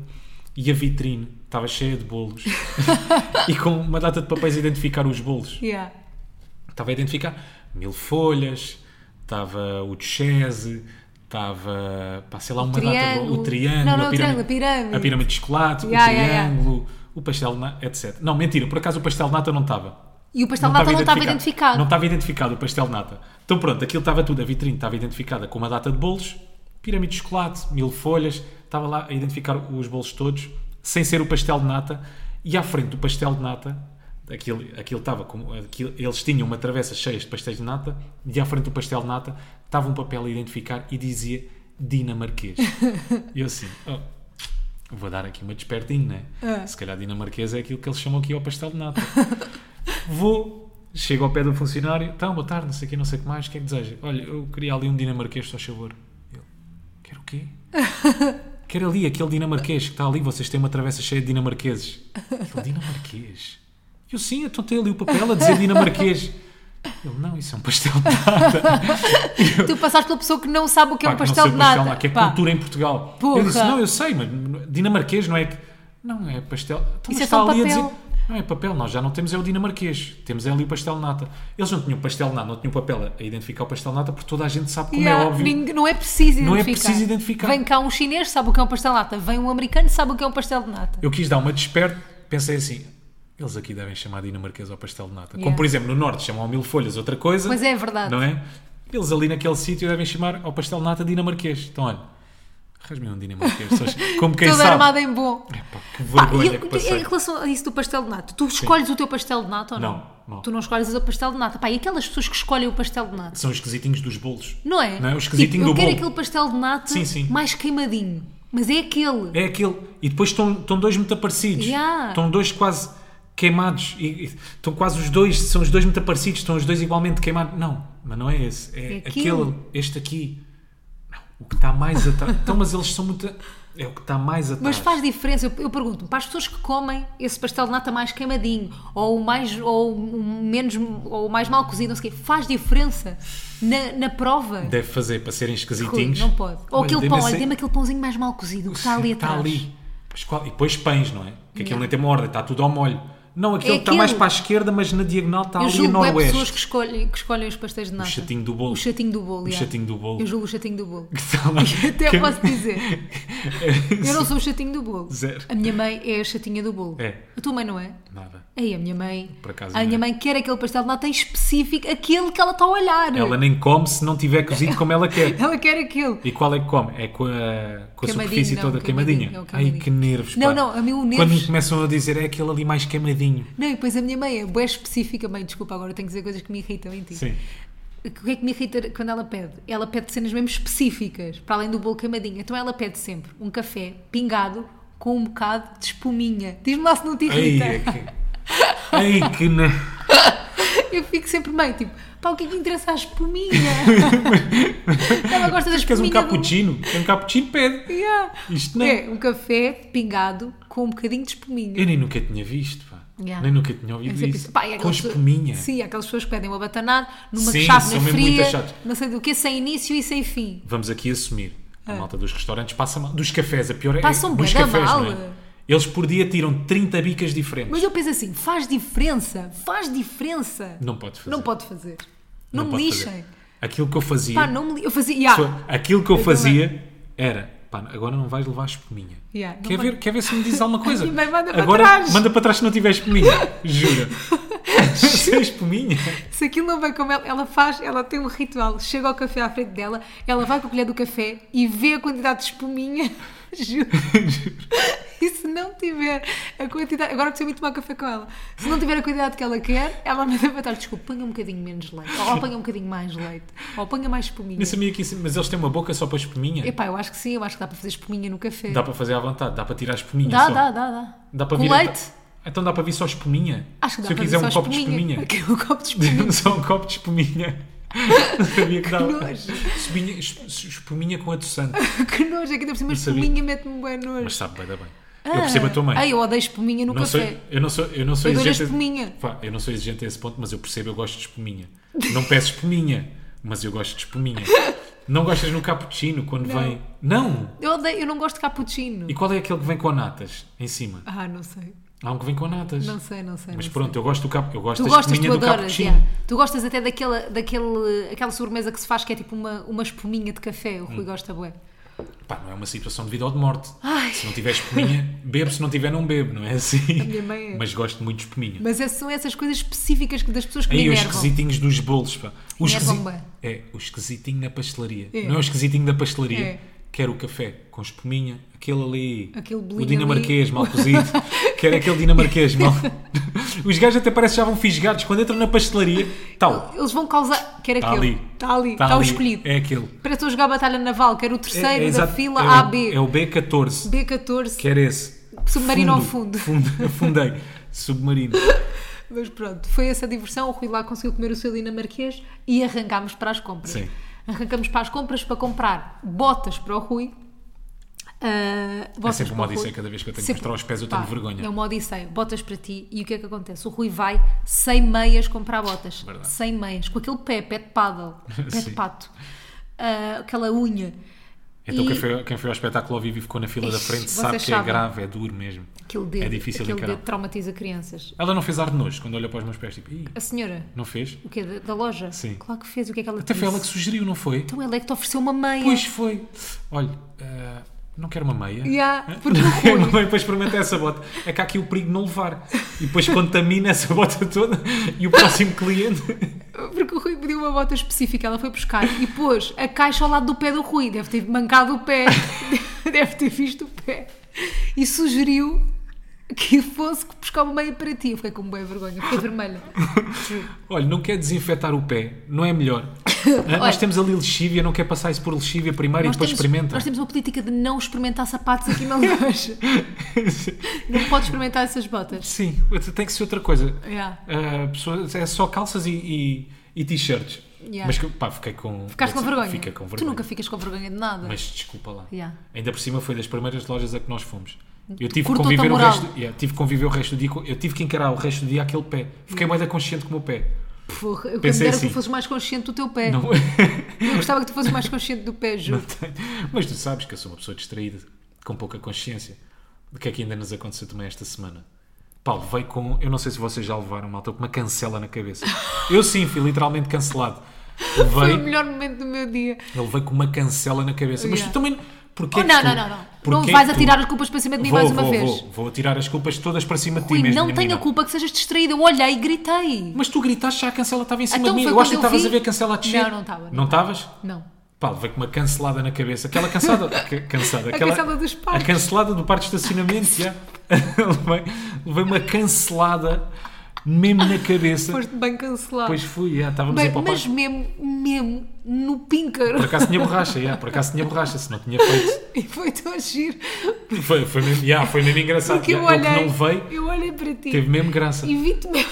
Speaker 2: e a vitrine estava cheia de
Speaker 1: (laughs)
Speaker 2: bolos (laughs) e com uma data de papéis a identificar os bolos.
Speaker 1: Yeah.
Speaker 2: estava a identificar mil folhas, estava o Chese, estava, pá, sei lá, uma data,
Speaker 1: triângulo.
Speaker 2: do- o triângulo,
Speaker 1: Não, não,
Speaker 2: a
Speaker 1: o
Speaker 2: pirâmide,
Speaker 1: triângulo, a pirâmide.
Speaker 2: a pirâmide de chocolate,
Speaker 1: Yeah,
Speaker 2: o
Speaker 1: yeah, yeah.
Speaker 2: triângulo, o pastel, de na- etc. Não, mentira, por acaso o pastel de nata não estava.
Speaker 1: E o pastel de nata não estava identificado.
Speaker 2: Não estava identificado o pastel de nata. Então pronto, aquilo estava tudo, a vitrine estava identificada com uma data de bolos, pirâmide de chocolate, mil folhas, estava lá a identificar os bolos todos, sem ser o pastel de nata, e à frente do pastel de nata, aquilo, aquilo estava como, aquilo- eles tinham uma travessa cheia de pastéis de nata, e à frente do pastel de nata estava um papel a identificar e dizia dinamarquês. e eu assim, "Oh, vou dar aqui uma despertinho, né?
Speaker 1: Ah.
Speaker 2: Se calhar dinamarquês é aquilo que eles chamam aqui ao pastel de nata. (laughs) Vou, chego ao pé do funcionário, então, boa tarde, não sei o que, não sei o que mais, o que é que deseja? Olha, eu queria ali um dinamarquês, só favor. Ele, quero o quê? Quero ali aquele dinamarquês que está ali, vocês têm uma travessa cheia de dinamarqueses. Ele, dinamarquês? Eu sim, então tem ali o papel a dizer dinamarquês. Ele, não, isso é um pastel de
Speaker 1: Tu passaste pela pessoa que não sabe o que é
Speaker 2: Pá,
Speaker 1: um
Speaker 2: que não
Speaker 1: pastel
Speaker 2: sei
Speaker 1: de
Speaker 2: o pastel
Speaker 1: nata.
Speaker 2: lá, que é
Speaker 1: Pá.
Speaker 2: cultura em Portugal.
Speaker 1: Porra.
Speaker 2: Eu disse, não, eu sei, mas dinamarquês não é... que- Não, é pastel... Então, mas
Speaker 1: Isso é
Speaker 2: está
Speaker 1: só um
Speaker 2: ali a
Speaker 1: papel.
Speaker 2: dizer- Não, é papel, nós já não temos é o dinamarquês, temos é ali o pastel de nata. Eles não tinham pastel de nata, não tinham papel a identificar o pastel de nata, porque toda a gente sabe como
Speaker 1: Yeah,
Speaker 2: é óbvio.
Speaker 1: ninguém- não é preciso identificar.
Speaker 2: Não é preciso identificar.
Speaker 1: Vem cá um chinês, sabe o que é um pastel de nata. Vem um americano, sabe o que é um pastel de nata.
Speaker 2: Eu quis dar uma desperta, pensei assim, eles aqui devem chamar dinamarquês ao pastel de nata.
Speaker 1: Yeah.
Speaker 2: Como, por exemplo, no Norte chamam ao mil folhas outra coisa.
Speaker 1: Pois é, é verdade.
Speaker 2: Não é? Eles ali naquele sítio devem chamar ao pastel de nata dinamarquês. Então, olha, arrasme um dinamarquês, só- como quem
Speaker 1: Toda
Speaker 2: sabe.
Speaker 1: armada em bom.
Speaker 2: Epá, que
Speaker 1: Pá,
Speaker 2: vergonha
Speaker 1: e é eu-
Speaker 2: que
Speaker 1: em
Speaker 2: passei.
Speaker 1: relação a isso do pastel de nata, tu escolhes o teu pastel de nata ou não?
Speaker 2: Não, não.
Speaker 1: Tu não escolhes o teu pastel de nata. Pá, e aquelas pessoas que escolhem o pastel de nata?
Speaker 2: São os esquisitinhos dos bolos.
Speaker 1: Não é?
Speaker 2: Não é? O esquisitinho
Speaker 1: tipo, eu
Speaker 2: do
Speaker 1: quero
Speaker 2: bolo.
Speaker 1: aquele pastel de nata
Speaker 2: Sim, sim.
Speaker 1: mais queimadinho. Mas é aquele.
Speaker 2: É aquele. E depois estão, estão dois muito parecidos.
Speaker 1: Yeah.
Speaker 2: Estão dois quase queimados. E, e estão quase os dois, são os dois muito parecidos, estão os dois igualmente queimados. Não, mas não é esse. É,
Speaker 1: É
Speaker 2: aquele,
Speaker 1: aquele.
Speaker 2: este aqui. Não, o que está mais
Speaker 1: (laughs)
Speaker 2: atrás. então, mas eles são muito. a- É o que está mais atrás.
Speaker 1: Mas faz diferença, eu, eu pergunto, para as pessoas que comem esse pastel de nata mais queimadinho, ou o mais, ou o menos, ou o mais mal cozido, não sei o quê, faz diferença na, na prova?
Speaker 2: Deve fazer para serem
Speaker 1: Rui,
Speaker 2: esquisitinhos.
Speaker 1: não pode. Ou
Speaker 2: Olha,
Speaker 1: aquele
Speaker 2: dê-me
Speaker 1: pão,
Speaker 2: esse-
Speaker 1: olha, dê-me aquele pãozinho mais mal cozido, que está Tá ali
Speaker 2: Está
Speaker 1: atrás.
Speaker 2: Tá ali. Mas qual- E depois pães, não é? Que aquilo
Speaker 1: Yeah.
Speaker 2: nem tem uma ordem, está tudo ao molho. Não, aquele
Speaker 1: É
Speaker 2: que está mais
Speaker 1: aquele.
Speaker 2: para a esquerda, mas na diagonal está
Speaker 1: Eu
Speaker 2: ali a
Speaker 1: julgo é pessoas
Speaker 2: noroeste.
Speaker 1: que escolhem, que escolhem os pastéis de nata.
Speaker 2: chatinho do bolo. (laughs)
Speaker 1: O chatinho do bolo,
Speaker 2: O
Speaker 1: yeah.
Speaker 2: chatinho do bolo.
Speaker 1: Eu julgo o chatinho
Speaker 2: (laughs)
Speaker 1: do bolo.
Speaker 2: Está lá.
Speaker 1: (laughs) Até
Speaker 2: Que-
Speaker 1: posso dizer. Eu não sou o chatinho do bolo.
Speaker 2: Zero.
Speaker 1: A minha mãe é a chatinha do bolo.
Speaker 2: É.
Speaker 1: A tua mãe não é?
Speaker 2: Nada.
Speaker 1: Aí a minha mãe.
Speaker 2: Por acaso, é?
Speaker 1: a minha mãe quer aquele pastel de nata em específico, aquele que ela está a olhar.
Speaker 2: Ela nem come se não tiver cozido como ela quer.
Speaker 1: Ela quer aquele.
Speaker 2: E qual é que come? É com a, com a
Speaker 1: Queimadinho,
Speaker 2: superfície
Speaker 1: não,
Speaker 2: toda
Speaker 1: queimadinho,
Speaker 2: queimadinha.
Speaker 1: é o
Speaker 2: Ai,
Speaker 1: queimadinho.
Speaker 2: que nervos.
Speaker 1: Não,
Speaker 2: pá.
Speaker 1: não, a mim o
Speaker 2: Quando
Speaker 1: nervos-
Speaker 2: me começam a dizer é aquele ali mais queimadinho.
Speaker 1: Não, e depois a minha mãe é boa específica, mãe, desculpa, agora tenho que dizer coisas que me irritam em ti. (laughs)
Speaker 2: Sim.
Speaker 1: O que é que me irrita quando ela pede? Ela pede cenas mesmo específicas, para além do bolo queimadinho. Então ela pede sempre um café pingado com um bocado de espuminha. Diz-me lá se não te
Speaker 2: Ai,
Speaker 1: irrita.
Speaker 2: é que. Ai, que. ne-
Speaker 1: (laughs)
Speaker 2: é
Speaker 1: Eu fico sempre meio tipo, pá, o que é que interessa
Speaker 2: (laughs)
Speaker 1: à espuminha? ela gosta da
Speaker 2: Queres
Speaker 1: espuminha.
Speaker 2: um
Speaker 1: do-
Speaker 2: cappuccino? Quer um cappuccino? Pede.
Speaker 1: Yeah.
Speaker 2: Isto não.
Speaker 1: É, um café pingado com um bocadinho de espuminha.
Speaker 2: Eu nem nunca tinha visto, pá.
Speaker 1: Yeah. É
Speaker 2: Nem nunca tinha ouvido
Speaker 1: sempre
Speaker 2: isso.
Speaker 1: isso. Pá, e
Speaker 2: Com
Speaker 1: aquelas pessoas-
Speaker 2: espuminha.
Speaker 1: Sim, há aquelas pessoas que pedem uma batanada numa
Speaker 2: Sim,
Speaker 1: chávena
Speaker 2: são mesmo muito
Speaker 1: fria,
Speaker 2: chatos.
Speaker 1: não sei do que, sem início e sem fim.
Speaker 2: Vamos aqui assumir. A malta dos restaurantes passa mal. Dos cafés, a pior é
Speaker 1: É. Passam
Speaker 2: dos
Speaker 1: bué da
Speaker 2: cafés,
Speaker 1: mal.
Speaker 2: não é? Eles por dia tiram 30 bicas diferentes.
Speaker 1: Mas eu penso assim, faz diferença, faz diferença.
Speaker 2: Não pode fazer.
Speaker 1: Não pode fazer. Não, me
Speaker 2: pode
Speaker 1: lixem.
Speaker 2: fazer. Aquilo que eu fazia.
Speaker 1: Pá, não me li... Eu fazia. Yeah.
Speaker 2: Pessoa- Aquilo que eu,
Speaker 1: Eu
Speaker 2: fazia era, pá, agora não vais levar espuminha.
Speaker 1: Yeah, não
Speaker 2: quer,
Speaker 1: vai.
Speaker 2: ver, quer ver se me diz alguma
Speaker 1: (laughs)
Speaker 2: coisa?
Speaker 1: Bem, manda para
Speaker 2: agora
Speaker 1: trás.
Speaker 2: manda para trás se não tiver
Speaker 1: (laughs)
Speaker 2: espuminha. Jura. (laughs) Sem espuminha.
Speaker 1: Se aquilo não vai como ela, ela faz, ela tem um ritual. Chega ao café à frente dela, ela vai com a colher do café e vê a quantidade de espuminha. (laughs)
Speaker 2: (laughs)
Speaker 1: Juro. E se não tiver a quantidade. Agora preciso muito tomar café com ela. Se não tiver a quantidade que ela quer, ela manda para trás. Desculpa, ponha um bocadinho menos leite. Ou ponha um bocadinho mais leite. Ou ponha mais espuminha.
Speaker 2: Nem sabia que isso- mas eles têm uma boca só para espuminha.
Speaker 1: Epá, eu acho que sim, eu acho que dá para fazer espuminha no café.
Speaker 2: Dá para fazer à vontade, dá para tirar a espuminha
Speaker 1: dá,
Speaker 2: só.
Speaker 1: dá, dá, dá.
Speaker 2: Dá para
Speaker 1: Com
Speaker 2: vir,
Speaker 1: leite?
Speaker 2: Então dá para vir só espuminha.
Speaker 1: Acho que dá
Speaker 2: se eu
Speaker 1: para
Speaker 2: quiser
Speaker 1: ver
Speaker 2: um
Speaker 1: só
Speaker 2: copo
Speaker 1: (laughs)
Speaker 2: de espuminha.
Speaker 1: Aquele copo de
Speaker 2: (laughs)
Speaker 1: espuminha. (laughs)
Speaker 2: Dê-me só um copo de espuminha. Não sabia que, dava.
Speaker 1: nojo.
Speaker 2: Espuminha, esp- espuminha com adoçante.
Speaker 1: que nojo, aqui deve ser uma
Speaker 2: sabia.
Speaker 1: espuminha, mete-me bem nojo.
Speaker 2: Mas sabe bem, dá bem. Eu percebo a tua mãe.
Speaker 1: Ah, eu odeio espuminha no
Speaker 2: Não sou,
Speaker 1: café.
Speaker 2: eu não sou, eu não sou
Speaker 1: Eu dou-lhe
Speaker 2: exigente. a-
Speaker 1: espuminha.
Speaker 2: Pá, eu não sou exigente a esse ponto, mas eu percebo, eu gosto de espuminha. Não peço espuminha, mas eu gosto de
Speaker 1: (laughs)
Speaker 2: espuminha. Não gostas no cappuccino quando vem. Não!
Speaker 1: Eu odeio, eu não gosto de cappuccino.
Speaker 2: E qual é aquele que vem com natas em cima?
Speaker 1: Ah, não sei.
Speaker 2: Há um que vem com natas.
Speaker 1: Não sei, não sei.
Speaker 2: Mas
Speaker 1: não
Speaker 2: pronto, eu gosto do cap... eu gosto
Speaker 1: sei. Tu
Speaker 2: da
Speaker 1: gostas,
Speaker 2: espuminha
Speaker 1: tu
Speaker 2: do
Speaker 1: adoras.
Speaker 2: cappuccino.
Speaker 1: yeah. Tu gostas até daquela, daquele, aquela sobremesa que se faz que é tipo uma, uma espuminha de café. O Rui
Speaker 2: Hum.
Speaker 1: gosta bué.
Speaker 2: Pá, não é uma situação de vida ou de morte.
Speaker 1: Ai.
Speaker 2: Se não tiver espuminha, bebo, se não tiver, não bebo, não é assim?
Speaker 1: A minha mãe é.
Speaker 2: Mas gosto muito de espuminha.
Speaker 1: Mas essas, são essas coisas específicas que- das pessoas que me
Speaker 2: Aí os
Speaker 1: enervam.
Speaker 2: esquisitinhos dos bolos, pá. O
Speaker 1: Enervam
Speaker 2: esquisi-
Speaker 1: bem.
Speaker 2: É, o esquisitinho na pastelaria.
Speaker 1: É.
Speaker 2: Não é o esquisitinho da pastelaria.
Speaker 1: É.
Speaker 2: Quero o café com espuminha, aquele ali.
Speaker 1: Aquele
Speaker 2: o
Speaker 1: bolinho
Speaker 2: dinamarquês mal
Speaker 1: (laughs)
Speaker 2: cozido. Quero aquele dinamarquês mal. (laughs) os gajos até parecem que já vão fisgados. Quando entram na pastelaria, tal.
Speaker 1: Eles vão causar. Quer
Speaker 2: Está
Speaker 1: aquele.
Speaker 2: Tá ali.
Speaker 1: Está tá ali. Está
Speaker 2: Está
Speaker 1: o
Speaker 2: ali.
Speaker 1: escolhido.
Speaker 2: É aquele.
Speaker 1: Para estou a jogar a Batalha Naval, que era o terceiro da
Speaker 2: exato.
Speaker 1: fila
Speaker 2: É o-
Speaker 1: AB.
Speaker 2: É o B14.
Speaker 1: B14.
Speaker 2: Quero esse.
Speaker 1: Submarino ao fundo.
Speaker 2: fundo. (laughs) Afundei. Submarino.
Speaker 1: Mas pronto, foi essa a diversão. O Rui lá conseguiu comer o seu dinamarquês e arrancámos para as compras.
Speaker 2: Sim.
Speaker 1: Arrancamos para as compras para comprar botas para o Rui. ah, botas
Speaker 2: sempre uma
Speaker 1: para o Rui.
Speaker 2: odisseia cada vez que eu tenho que mostrar os pés, eu
Speaker 1: Pá,
Speaker 2: tenho vergonha.
Speaker 1: É uma odisseia. Botas para ti e o que é que acontece? O Rui vai sem meias comprar botas.
Speaker 2: Verdade.
Speaker 1: Sem meias. Com aquele pé, pé de
Speaker 2: (laughs)
Speaker 1: paddle, pé de
Speaker 2: Sim.
Speaker 1: pato. ah, aquela unha.
Speaker 2: Então
Speaker 1: E-
Speaker 2: quem foi, quem foi ao espetáculo ao vivo e ficou na fila da
Speaker 1: Ixi,
Speaker 2: frente
Speaker 1: vocês
Speaker 2: sabe que é
Speaker 1: sabem.
Speaker 2: grave, é duro mesmo.
Speaker 1: Aquele dedo,
Speaker 2: é difícil
Speaker 1: aquele
Speaker 2: encarar.
Speaker 1: dedo traumatiza crianças.
Speaker 2: Ela não fez ar de nojo quando olha para os meus pés, tipo, "Ih,
Speaker 1: A senhora,
Speaker 2: não fez?
Speaker 1: o quê? Da, da loja?
Speaker 2: Sim.
Speaker 1: Claro que fez. O que é que ela
Speaker 2: Até foi
Speaker 1: disse?
Speaker 2: ela que sugeriu, não foi?
Speaker 1: Então ela é que te ofereceu uma meia.
Speaker 2: Pois foi. Olha, ah, não quero uma meia.
Speaker 1: Yeah,
Speaker 2: Ah,
Speaker 1: é, porque o
Speaker 2: não (laughs) quero uma
Speaker 1: Rui-
Speaker 2: meia para experimentar essa bota. É que há aqui o perigo de não levar. E depois contamina essa bota toda e o próximo cliente.
Speaker 1: Porque o Rui pediu uma bota específica, ela foi buscar e pôs a caixa ao lado do pé do Rui. Deve ter mancado o pé, (laughs) deve ter visto o pé. E sugeriu que fosse buscar uma meia para ti. Eu fiquei com boa vergonha, fiquei vermelha.
Speaker 2: Olha, não quer desinfetar o pé, não é
Speaker 1: (coughs)
Speaker 2: melhor. Ah,
Speaker 1: Olha.
Speaker 2: nós temos ali lexívia, não quer passar isso por lexívia primeiro e depois experimenta.
Speaker 1: nós temos uma política de não experimentar sapatos aqui
Speaker 2: (laughs)
Speaker 1: na loja. não pode experimentar essas botas.
Speaker 2: Sim, tem que ser outra coisa.
Speaker 1: Yeah.
Speaker 2: Ah, pessoas- é só calças e, e- e t-shirts.
Speaker 1: Yeah.
Speaker 2: Mas que, pá, fiquei com.
Speaker 1: Ficaste com
Speaker 2: fica
Speaker 1: vergonha?
Speaker 2: Fica com vergonha.
Speaker 1: Tu nunca ficas com vergonha de nada.
Speaker 2: Mas desculpa lá.
Speaker 1: Yeah.
Speaker 2: Ainda por cima foi das primeiras lojas a que nós fomos. Eu tive que
Speaker 1: Cortou-te a
Speaker 2: conviver o
Speaker 1: moral.
Speaker 2: resto. yeah, tive que conviver o resto do dia. com- Eu tive que encarar o resto do dia aquele pé. Fiquei mais consciente com o meu pé.
Speaker 1: Porra, eu
Speaker 2: Pensei
Speaker 1: quero que
Speaker 2: assim.
Speaker 1: tu fosses mais consciente do teu pé. (laughs)
Speaker 2: Não-
Speaker 1: Eu gostava que tu fosses mais consciente do pé, juro.
Speaker 2: (laughs) Mas tu sabes que eu sou uma pessoa distraída, com pouca consciência. O que é que ainda nos aconteceu também esta semana? Pá, levei com. um, Eu não sei se vocês já levaram, malta, com uma cancela na cabeça. Eu sim, fui literalmente cancelado.
Speaker 1: Foi o
Speaker 2: Levei,
Speaker 1: melhor momento do meu dia.
Speaker 2: eu levei com uma cancela na cabeça. Mas tu
Speaker 1: Yeah.
Speaker 2: também. Porquê
Speaker 1: Oh,
Speaker 2: que
Speaker 1: não,
Speaker 2: tu-
Speaker 1: não, não, não. Não
Speaker 2: porquê
Speaker 1: vais
Speaker 2: que tu-
Speaker 1: atirar as culpas para cima de mim
Speaker 2: vou,
Speaker 1: mais uma
Speaker 2: vou,
Speaker 1: vez.
Speaker 2: Vou, vou tirar as culpas todas para cima de ti
Speaker 1: Rui,
Speaker 2: mesmo.
Speaker 1: não tenho
Speaker 2: menina.
Speaker 1: a culpa que sejas distraída. Eu olhei, gritei.
Speaker 2: Mas tu gritaste já, a cancela estava em cima
Speaker 1: Então
Speaker 2: de mim.
Speaker 1: foi
Speaker 2: Eu acho que
Speaker 1: quando eu
Speaker 2: estavas
Speaker 1: vi-
Speaker 2: a ver a cancela a descer.
Speaker 1: Não, não estava, não
Speaker 2: Não estavas?
Speaker 1: Não.
Speaker 2: Pá, levei com uma cancelada na cabeça. Aquela
Speaker 1: (laughs)
Speaker 2: cansada. ca- cansada aquela,
Speaker 1: cancelada dos parques.
Speaker 2: A cancelada do parque de estacionamento, já. (laughs) levei, levei uma cancelada mesmo na cabeça.
Speaker 1: Foste bem cancelado.
Speaker 2: Pois fui, já. Estávamos
Speaker 1: Bem,
Speaker 2: a ir para o
Speaker 1: mas
Speaker 2: parque.
Speaker 1: mesmo, mesmo no píncaro.
Speaker 2: Por acaso tinha borracha, já. Por acaso tinha borracha, se não tinha feito.
Speaker 1: (laughs) E foi tão giro.
Speaker 2: Foi, foi, mesmo, já, foi mesmo engraçado.
Speaker 1: Porque
Speaker 2: já.
Speaker 1: eu
Speaker 2: Eu que
Speaker 1: olhei.
Speaker 2: não levei,
Speaker 1: Eu olhei para ti
Speaker 2: teve mesmo graça.
Speaker 1: e vi-te mesmo.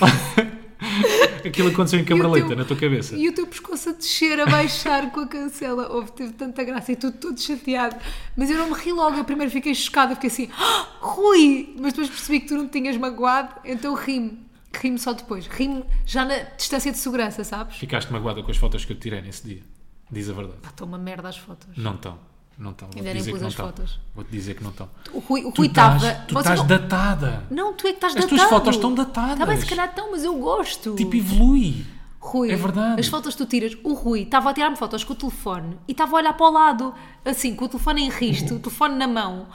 Speaker 2: A aquilo aconteceu em câmara
Speaker 1: E o teu-
Speaker 2: lenta, na tua cabeça.
Speaker 1: E o teu pescoço a descer, a baixar com a cancela. Houve, teve tanta graça e tudo todo chateado. Mas eu não me ri logo. Eu primeiro fiquei chocada, fiquei assim, "Ah, Rui! Mas depois percebi que tu não me tinhas magoado, então ri-me. Ri-me só depois. Ri-me já na distância de segurança, sabes?
Speaker 2: Ficaste magoada com as fotos que eu te tirei nesse dia. Diz a verdade.
Speaker 1: Pá, estão uma merda as fotos.
Speaker 2: Não estão. Não estão. Vou-te
Speaker 1: Ainda nem
Speaker 2: dizer que
Speaker 1: pus
Speaker 2: não
Speaker 1: as
Speaker 2: estão.
Speaker 1: fotos.
Speaker 2: Vou-te dizer que não estão.
Speaker 1: O Rui, o
Speaker 2: Tu
Speaker 1: Rui
Speaker 2: estás,
Speaker 1: estava.
Speaker 2: tu estás
Speaker 1: vocês não-
Speaker 2: datada.
Speaker 1: Não, tu é que estás
Speaker 2: As
Speaker 1: datado.
Speaker 2: tuas fotos estão datadas.
Speaker 1: Está bem, se calhar estão, mas eu gosto.
Speaker 2: Tipo, evolui.
Speaker 1: Rui,
Speaker 2: É verdade.
Speaker 1: as fotos que tu tiras, o Rui estava a tirar-me fotos com o telefone e estava a olhar para o lado, assim, com o telefone em risto, o telefone na mão,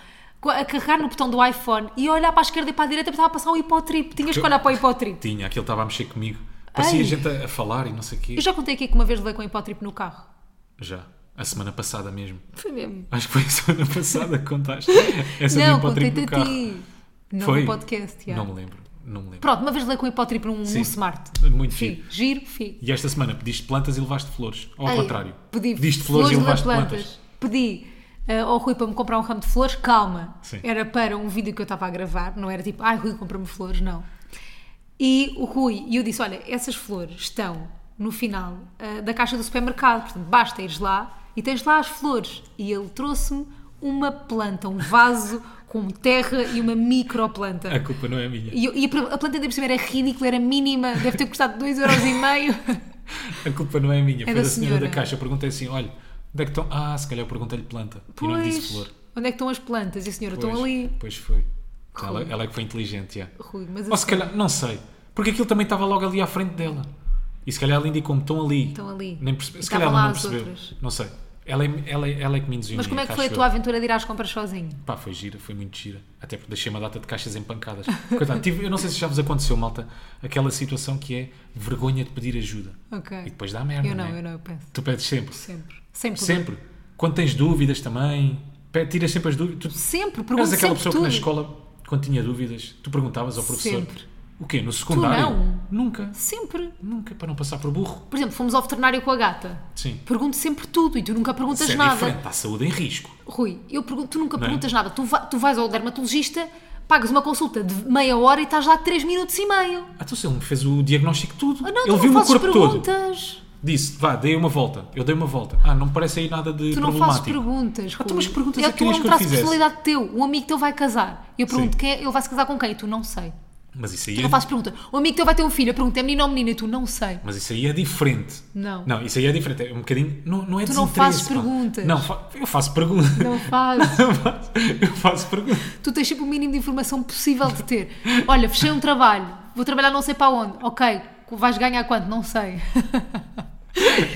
Speaker 1: co- a carregar no botão do iPhone e a olhar para a esquerda e para a direita porque estava a passar um hipotrip. Tinhas que olhar para o hipotrip.
Speaker 2: Tinha, aquilo estava a mexer comigo. Parecia
Speaker 1: Ai.
Speaker 2: gente a, a falar e não sei o quê.
Speaker 1: Eu já contei aqui que uma vez levei com o hipotrip no carro.
Speaker 2: Já. A semana passada mesmo.
Speaker 1: Foi mesmo.
Speaker 2: Acho que foi a (laughs) semana passada que contaste. Essa
Speaker 1: não,
Speaker 2: do hipotrip
Speaker 1: contei-te
Speaker 2: do
Speaker 1: a
Speaker 2: carro.
Speaker 1: ti. Não
Speaker 2: Foi?
Speaker 1: no podcast, já.
Speaker 2: Não me lembro. Não me lembro.
Speaker 1: Pronto, uma vez levei com o hipotrip num, num
Speaker 2: Sim.
Speaker 1: smart.
Speaker 2: Muito
Speaker 1: Fi,
Speaker 2: giro.
Speaker 1: Giro, fi.
Speaker 2: E esta semana pediste plantas e levaste flores. Ou ao
Speaker 1: Ei,
Speaker 2: contrário.
Speaker 1: Pedi
Speaker 2: pediste flores, e
Speaker 1: levei
Speaker 2: levaste plantas.
Speaker 1: Pedi eh, ao Rui para me comprar um ramo de flores, calma.
Speaker 2: Sim.
Speaker 1: Era para um vídeo que eu estava a gravar, não era tipo, ai Rui, compra-me flores, não. E o Rui, e eu disse: olha, essas flores estão no final eh, da caixa do supermercado, portanto basta ires lá e tens lá as flores. E ele trouxe-me uma planta, um vaso com terra e uma microplanta.
Speaker 2: A culpa não é minha.
Speaker 1: E, eu- e a a planta ainda por cima era ridícula, era mínima, deve ter
Speaker 2: (laughs)
Speaker 1: custado 2,5€.
Speaker 2: A culpa não é minha, foi
Speaker 1: da
Speaker 2: da senhora,
Speaker 1: senhora.
Speaker 2: da caixa. Eu perguntei assim: olha, onde é que estão? Ah, se calhar eu perguntei-lhe planta. E não lhe disse flor.
Speaker 1: Onde é que estão as plantas? E a senhora,
Speaker 2: Pois,
Speaker 1: estão ali.
Speaker 2: Pois foi. Ela, ela é que foi inteligente, já.
Speaker 1: Rui, mas a
Speaker 2: Ou se calhar, não sei. Porque aquilo também estava logo ali à frente dela. E se calhar ela indicou-me: estão ali.
Speaker 1: Estão ali.
Speaker 2: Nem percebe- Se
Speaker 1: Estavam
Speaker 2: calhar ela
Speaker 1: lá
Speaker 2: não
Speaker 1: as
Speaker 2: percebeu.
Speaker 1: outras.
Speaker 2: Não sei. Ela é, ela, é- ela é que me induziu
Speaker 1: Mas
Speaker 2: em
Speaker 1: como é que
Speaker 2: erro,
Speaker 1: foi a
Speaker 2: acho
Speaker 1: tua
Speaker 2: eu.
Speaker 1: aventura de ir às compras sozinho?
Speaker 2: Pá, foi gira, foi muito gira. Até porque deixei uma data de caixas empancadas. (laughs) Coitado, tive- eu não sei se já vos aconteceu, malta, aquela situação que é vergonha de pedir ajuda.
Speaker 1: Ok.
Speaker 2: E depois dá merda.
Speaker 1: eu não,
Speaker 2: né?
Speaker 1: eu não, eu peço.
Speaker 2: Tu pedes sempre.
Speaker 1: Sempre. Sempre. Sempre.
Speaker 2: Sempre. Quando tens dúvidas também, pe- tiras sempre as dúvidas. Tu
Speaker 1: Sempre.
Speaker 2: eras
Speaker 1: Pergunto
Speaker 2: aquela
Speaker 1: sempre
Speaker 2: pessoa
Speaker 1: tudo.
Speaker 2: que na escola, quando tinha dúvidas, tu perguntavas ao professor.
Speaker 1: Sempre.
Speaker 2: O quê? No secundário?
Speaker 1: não?
Speaker 2: Nunca.
Speaker 1: Sempre.
Speaker 2: Nunca, para não passar por burro.
Speaker 1: Por exemplo, fomos ao veterinário com a gata.
Speaker 2: Sim.
Speaker 1: Pergunto sempre tudo e tu nunca perguntas
Speaker 2: Isso é
Speaker 1: nada.
Speaker 2: diferente, está a saúde em risco.
Speaker 1: Rui, eu pergunto, tu nunca
Speaker 2: é?
Speaker 1: perguntas nada. Tu, va- tu vais ao dermatologista, pagas uma consulta de meia hora e estás lá 3 minutos e meio.
Speaker 2: Ah, então se ele me fez o diagnóstico tudo,
Speaker 1: Ah, não, tu
Speaker 2: ele
Speaker 1: não
Speaker 2: viu o meu
Speaker 1: fazes
Speaker 2: corpo todo.
Speaker 1: perguntas.
Speaker 2: Disse, vá, dei uma volta. Eu dei uma volta. Ah, não me parece aí nada de
Speaker 1: Tu não fazes
Speaker 2: problemático.
Speaker 1: perguntas.
Speaker 2: Ah, tu,
Speaker 1: Rui.
Speaker 2: mas que perguntas é que
Speaker 1: tu é
Speaker 2: querias
Speaker 1: um
Speaker 2: que eu
Speaker 1: traço de
Speaker 2: fizesse?
Speaker 1: personalidade teu. Um amigo teu vai casar. Eu pergunto
Speaker 2: Sim.
Speaker 1: quem é, ele vai se casar com quem? E Tu não sei.
Speaker 2: Mas isso aí
Speaker 1: Tu
Speaker 2: é
Speaker 1: não fazes pergunta. Um amigo teu vai ter um filho. Eu pergunto é menino ou menina? E tu não sei.
Speaker 2: Mas isso aí é diferente.
Speaker 1: Não.
Speaker 2: Não, isso aí é diferente. É um bocadinho. Não, não é
Speaker 1: Tu não
Speaker 2: desinteresse,
Speaker 1: fazes
Speaker 2: pá.
Speaker 1: perguntas.
Speaker 2: Não, fa- eu faço perguntas.
Speaker 1: Não fazes.
Speaker 2: (laughs) Eu faço- eu faço perguntas.
Speaker 1: (laughs) tu tens sempre o mínimo de informação possível de ter. Olha, fechei um trabalho. Vou trabalhar não sei para onde. Ok. Vais ganhar quanto? Não sei. (laughs)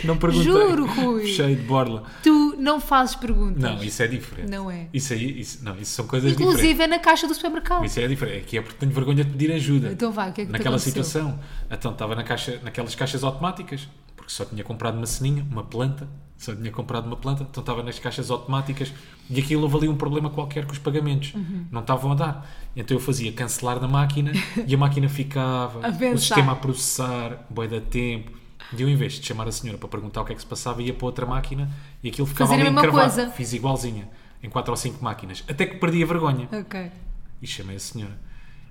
Speaker 2: Não perguntei.
Speaker 1: Juro, Rui.
Speaker 2: Cheio de borla.
Speaker 1: tu não fazes perguntas.
Speaker 2: Não, isso é diferente.
Speaker 1: Não é.
Speaker 2: Isso aí, isso, não, isso são coisas diferentes.
Speaker 1: Inclusive é na caixa do supermercado.
Speaker 2: Isso é diferente. Aqui é porque tenho vergonha de pedir ajuda.
Speaker 1: Então vá, o que é que te
Speaker 2: Naquela
Speaker 1: aconteceu?
Speaker 2: situação. Então estava na caixa, naquelas caixas automáticas, porque só tinha comprado uma ceninha, uma planta. Só tinha comprado uma planta, então estava nas caixas automáticas e aquilo houve ali um problema qualquer com os pagamentos.
Speaker 1: Uhum.
Speaker 2: Não estavam a dar. Então eu fazia cancelar na
Speaker 1: (laughs)
Speaker 2: máquina e a máquina ficava,
Speaker 1: A
Speaker 2: o
Speaker 1: pensar.
Speaker 2: sistema a processar, boi da tempo. E eu, em vez de chamar a senhora para perguntar o que é que se passava, ia para outra máquina e aquilo ficava
Speaker 1: Fazer a
Speaker 2: ali
Speaker 1: mesma
Speaker 2: encravado.
Speaker 1: coisa.
Speaker 2: Fiz igualzinha, em quatro ou cinco máquinas. Até que perdi a vergonha.
Speaker 1: Ok.
Speaker 2: E chamei a senhora.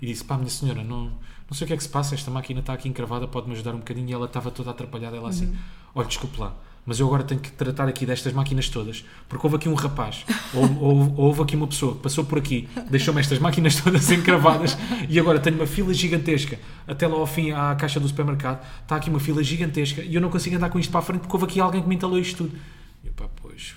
Speaker 2: E disse: Pá, minha senhora, não, não sei o que é que se passa, esta máquina está aqui encravada, pode-me ajudar um bocadinho. E ela estava toda atrapalhada, ela
Speaker 1: Mhm.
Speaker 2: assim: Olha, desculpe lá, mas eu agora tenho que tratar aqui destas máquinas todas, porque houve aqui um
Speaker 1: (laughs)
Speaker 2: rapaz, ou, ou- ou houve aqui uma pessoa que passou por aqui, deixou-me estas máquinas todas encravadas, e agora tenho uma fila gigantesca. Até lá ao fim, à caixa do supermercado, está aqui uma fila gigantesca, e eu não consigo andar com isto para a frente, porque houve aqui alguém que me entalou isto tudo. E eu, pá,
Speaker 1: (laughs)
Speaker 2: pois.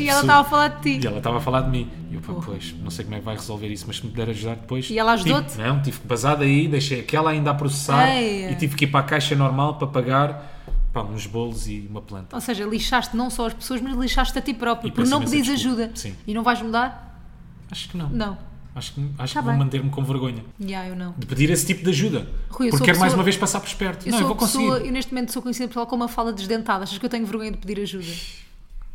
Speaker 1: E ela tá estava a falar de ti.
Speaker 2: E ela estava a falar de mim. E eu, pá, pois, não sei como é que vai resolver isso, mas se me puder ajudar depois.
Speaker 1: E ela
Speaker 2: Tive-
Speaker 1: ajudou-te?
Speaker 2: não, tive que basar daí, deixei aquela ainda a processar
Speaker 1: Ei.
Speaker 2: e tive que ir para a caixa normal para pagar pá, uns bolos e uma planta.
Speaker 1: Ou seja, lixaste não só as pessoas, mas lixaste a ti próprio,
Speaker 2: E
Speaker 1: porque
Speaker 2: peço
Speaker 1: não
Speaker 2: imensa
Speaker 1: pedis
Speaker 2: desculpa.
Speaker 1: ajuda.
Speaker 2: Sim.
Speaker 1: E não vais mudar?
Speaker 2: Acho que não.
Speaker 1: Não.
Speaker 2: Acho que, acho
Speaker 1: Tá
Speaker 2: que vou
Speaker 1: bem.
Speaker 2: manter-me com vergonha
Speaker 1: Yeah, eu não.
Speaker 2: de pedir esse tipo de ajuda.
Speaker 1: Rui, eu sou
Speaker 2: porque
Speaker 1: a
Speaker 2: quero mais
Speaker 1: pessoa-
Speaker 2: uma vez passar por esperto.
Speaker 1: Eu
Speaker 2: não,
Speaker 1: sou
Speaker 2: eu vou
Speaker 1: a
Speaker 2: conseguir.
Speaker 1: pessoa, eu neste momento sou conhecida pessoal com uma fala desdentada. Achas que eu tenho vergonha de pedir ajuda?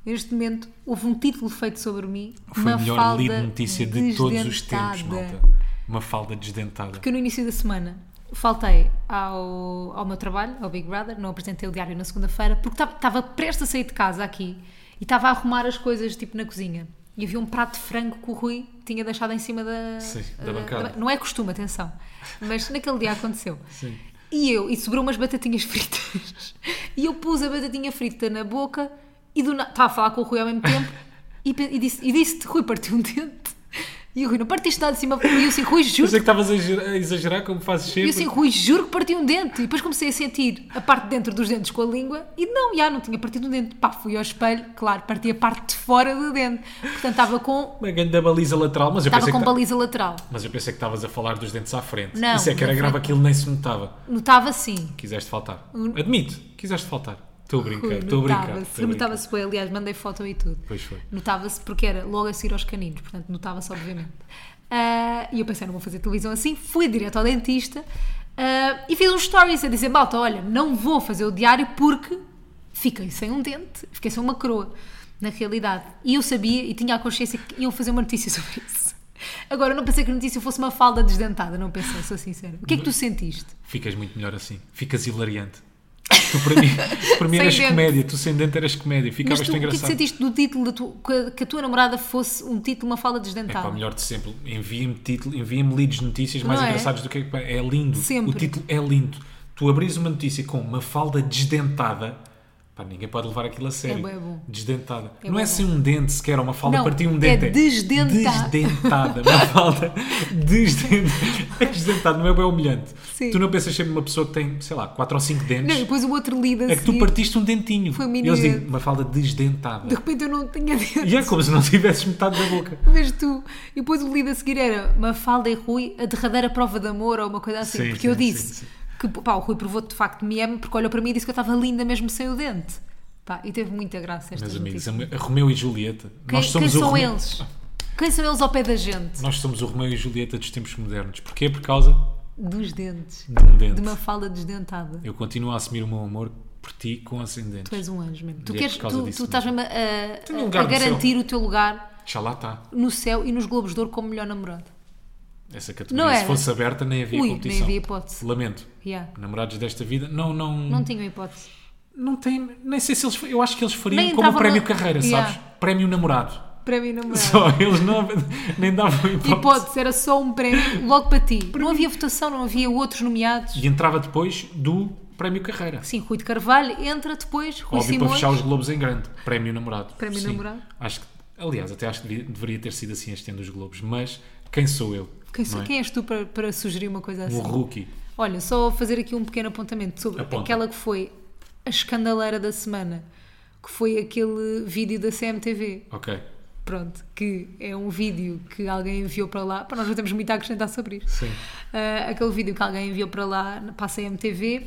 Speaker 1: Neste momento houve um título feito sobre mim.
Speaker 2: Foi
Speaker 1: uma
Speaker 2: a melhor
Speaker 1: falda
Speaker 2: lead notícia de todos os tempos,
Speaker 1: desdentada.
Speaker 2: malta. Uma falda desdentada.
Speaker 1: Porque eu no início da semana faltei ao, ao meu trabalho, ao Big Brother, não apresentei o diário na segunda-feira, porque estava prestes a sair de casa aqui e estava a arrumar as coisas tipo na cozinha. E havia um prato de frango que o Rui tinha deixado em cima da,
Speaker 2: Sim, da bancada.
Speaker 1: Não é costume, atenção. Mas naquele dia aconteceu.
Speaker 2: Sim.
Speaker 1: E eu, e sobrou umas batatinhas fritas. (laughs) E eu pus a batatinha frita na boca e do nada. Estava a falar com o Rui ao mesmo
Speaker 2: (laughs)
Speaker 1: tempo e, pe- e disse- e disse-te, Rui, partiu um dente. E o Rui, não partiste nada de cima. E eu assim, Rui,
Speaker 2: Eu sei
Speaker 1: juro.
Speaker 2: que estavas a exagerar- a exagerar como fazes
Speaker 1: E eu
Speaker 2: sempre.
Speaker 1: assim, Rui, juro que parti um dente. E depois comecei a sentir a parte de dentro dos dentes com a língua e não, já não tinha partido um dente. Pá, fui ao espelho, claro, parti a parte de fora do dente. Portanto, estava com.
Speaker 2: Uma grande baliza lateral, mas eu,
Speaker 1: Estava
Speaker 2: pensei
Speaker 1: com
Speaker 2: que ta-
Speaker 1: baliza lateral.
Speaker 2: mas eu pensei que estavas a falar dos dentes à frente.
Speaker 1: Não,
Speaker 2: Isso é que
Speaker 1: na
Speaker 2: era grave,
Speaker 1: frente.
Speaker 2: aquilo nem se notava.
Speaker 1: Notava sim.
Speaker 2: Quiseste faltar. Admito, quiseste faltar. Estou a brincar,
Speaker 1: Rui,
Speaker 2: estou a brincar.
Speaker 1: Hum. Notava-se,
Speaker 2: estou a brincar.
Speaker 1: notava-se bem, aliás, mandei foto e tudo.
Speaker 2: Pois foi.
Speaker 1: Notava-se porque era logo a seguir aos caninos, portanto, notava-se, obviamente. Ah, E eu pensei, não vou fazer televisão assim, fui direto ao dentista ah, e fiz uns stories a dizer: malta, olha, não vou fazer o diário porque fiquei sem um dente, fiquei sem uma coroa, na realidade. E eu sabia e tinha a consciência que iam fazer uma notícia (laughs) sobre isso. Agora, eu não pensei que a notícia fosse uma falda desdentada, não pensei, sou sincera. O que é que tu sentiste?
Speaker 2: Ficas muito melhor assim. Ficas hilariante. Tu para mim, (laughs) para mim
Speaker 1: Sem
Speaker 2: eras
Speaker 1: dente.
Speaker 2: comédia, tu sem dente eras comédia.
Speaker 1: Mas
Speaker 2: Ficavas
Speaker 1: tu,
Speaker 2: tão
Speaker 1: o que é que
Speaker 2: engraçado.
Speaker 1: sentiste do título da tua- que, a- que a tua namorada fosse um título, uma fala
Speaker 2: É pá,
Speaker 1: desdentada?
Speaker 2: melhor de sempre. Envia-me título, envia-me leads de notícias mais
Speaker 1: Não é?
Speaker 2: engraçados do que é que pá, é lindo.
Speaker 1: Sempre.
Speaker 2: O título é lindo. Tu abris uma notícia com uma falda desdentada, pá, ninguém pode levar aquilo a sério.
Speaker 1: É bué bom.
Speaker 2: Desdentada.
Speaker 1: É
Speaker 2: não
Speaker 1: bué
Speaker 2: é sem um dente sequer, uma falda
Speaker 1: Não,
Speaker 2: partiu
Speaker 1: é
Speaker 2: um dente.
Speaker 1: desdentada.
Speaker 2: Desdentada. Uma falda desdentada. desdentada, não é bem humilhante.
Speaker 1: Sim.
Speaker 2: Tu não pensas sempre numa pessoa que tem, sei lá, 4 ou 5
Speaker 1: Não,
Speaker 2: dentes.
Speaker 1: e depois o outro lido a
Speaker 2: é que tu
Speaker 1: seguir.
Speaker 2: partiste um dentinho.
Speaker 1: Foi um mini
Speaker 2: E Eles dizem
Speaker 1: dente.
Speaker 2: uma falda desdentada.
Speaker 1: De repente eu não tinha dentro.
Speaker 2: E é como se não tivesses metade da boca.
Speaker 1: (laughs) Vês tu? E depois o lido a seguir era Mafalda e Rui, a derradeira prova de amor ou uma coisa assim.
Speaker 2: Sim,
Speaker 1: porque
Speaker 2: sim,
Speaker 1: eu
Speaker 2: sim,
Speaker 1: disse
Speaker 2: sim.
Speaker 1: que pá, o Rui provou de facto me ama porque olhou para mim e disse que eu estava linda mesmo sem o dente. Pá, e teve muita graça esta
Speaker 2: Meus amigos,
Speaker 1: notícia.
Speaker 2: a a Romeu e Julieta.
Speaker 1: é Quem,
Speaker 2: nós somos
Speaker 1: quem
Speaker 2: o
Speaker 1: são
Speaker 2: Romeu,
Speaker 1: eles? Quem são eles ao pé da gente?
Speaker 2: Nós somos o Romeu e Julieta dos tempos modernos. Porquê? Por causa
Speaker 1: Dos dentes.
Speaker 2: de um dente.
Speaker 1: De uma fala desdentada.
Speaker 2: Eu continuo a assumir o meu amor por ti com ascendente.
Speaker 1: Tu és um anjo mesmo. Tu,
Speaker 2: E é
Speaker 1: queres,
Speaker 2: por causa
Speaker 1: tu,
Speaker 2: disso
Speaker 1: tu estás
Speaker 2: mesmo.
Speaker 1: mesmo a, a-
Speaker 2: Tenho um
Speaker 1: a
Speaker 2: lugar no
Speaker 1: garantir o teu lugar
Speaker 2: Já lá está.
Speaker 1: no céu e nos Globos de Ouro como melhor namorado.
Speaker 2: Essa categoria,
Speaker 1: Não
Speaker 2: se
Speaker 1: era?
Speaker 2: fosse aberta, nem havia
Speaker 1: Ui, nem
Speaker 2: competição.
Speaker 1: havia hipótese.
Speaker 2: Lamento.
Speaker 1: Yeah.
Speaker 2: Namorados desta vida, não, não.
Speaker 1: Não
Speaker 2: Não,
Speaker 1: tinham hipótese.
Speaker 2: tem. Nem sei se eles. fa- Eu acho que eles fariam
Speaker 1: Nem
Speaker 2: como o
Speaker 1: entravam
Speaker 2: prémio
Speaker 1: no-
Speaker 2: carreira,
Speaker 1: Yeah.
Speaker 2: sabes? Prémio namorado.
Speaker 1: Prémio namorado.
Speaker 2: (laughs) Só eles não. nem davam hipótese.
Speaker 1: Hipótese, era só um prémio logo para ti. não havia votação, não havia outros nomeados.
Speaker 2: E entrava depois do prémio carreira.
Speaker 1: Sim, Rui de Carvalho entra depois, Rui
Speaker 2: Óbvio para
Speaker 1: Simões.
Speaker 2: fechar os Globos em grande. Prémio namorado.
Speaker 1: Prémio
Speaker 2: Sim.
Speaker 1: namorado.
Speaker 2: Acho que, aliás, até acho que devia, deveria ter sido assim este ano dos Globos. Mas quem sou eu?
Speaker 1: Quem,
Speaker 2: não é?
Speaker 1: quem és tu para, para sugerir uma coisa assim?
Speaker 2: Um rookie.
Speaker 1: Olha, só fazer aqui um pequeno apontamento sobre
Speaker 2: Aponta.
Speaker 1: aquela que foi a escandaleira da semana, que foi aquele vídeo da CMTV.
Speaker 2: Ok.
Speaker 1: Pronto, que é um vídeo que alguém enviou para lá. Para nós não temos muito a acrescentar sobre isto.
Speaker 2: Sim.
Speaker 1: Ah, aquele vídeo que alguém enviou para lá, passa a MTV,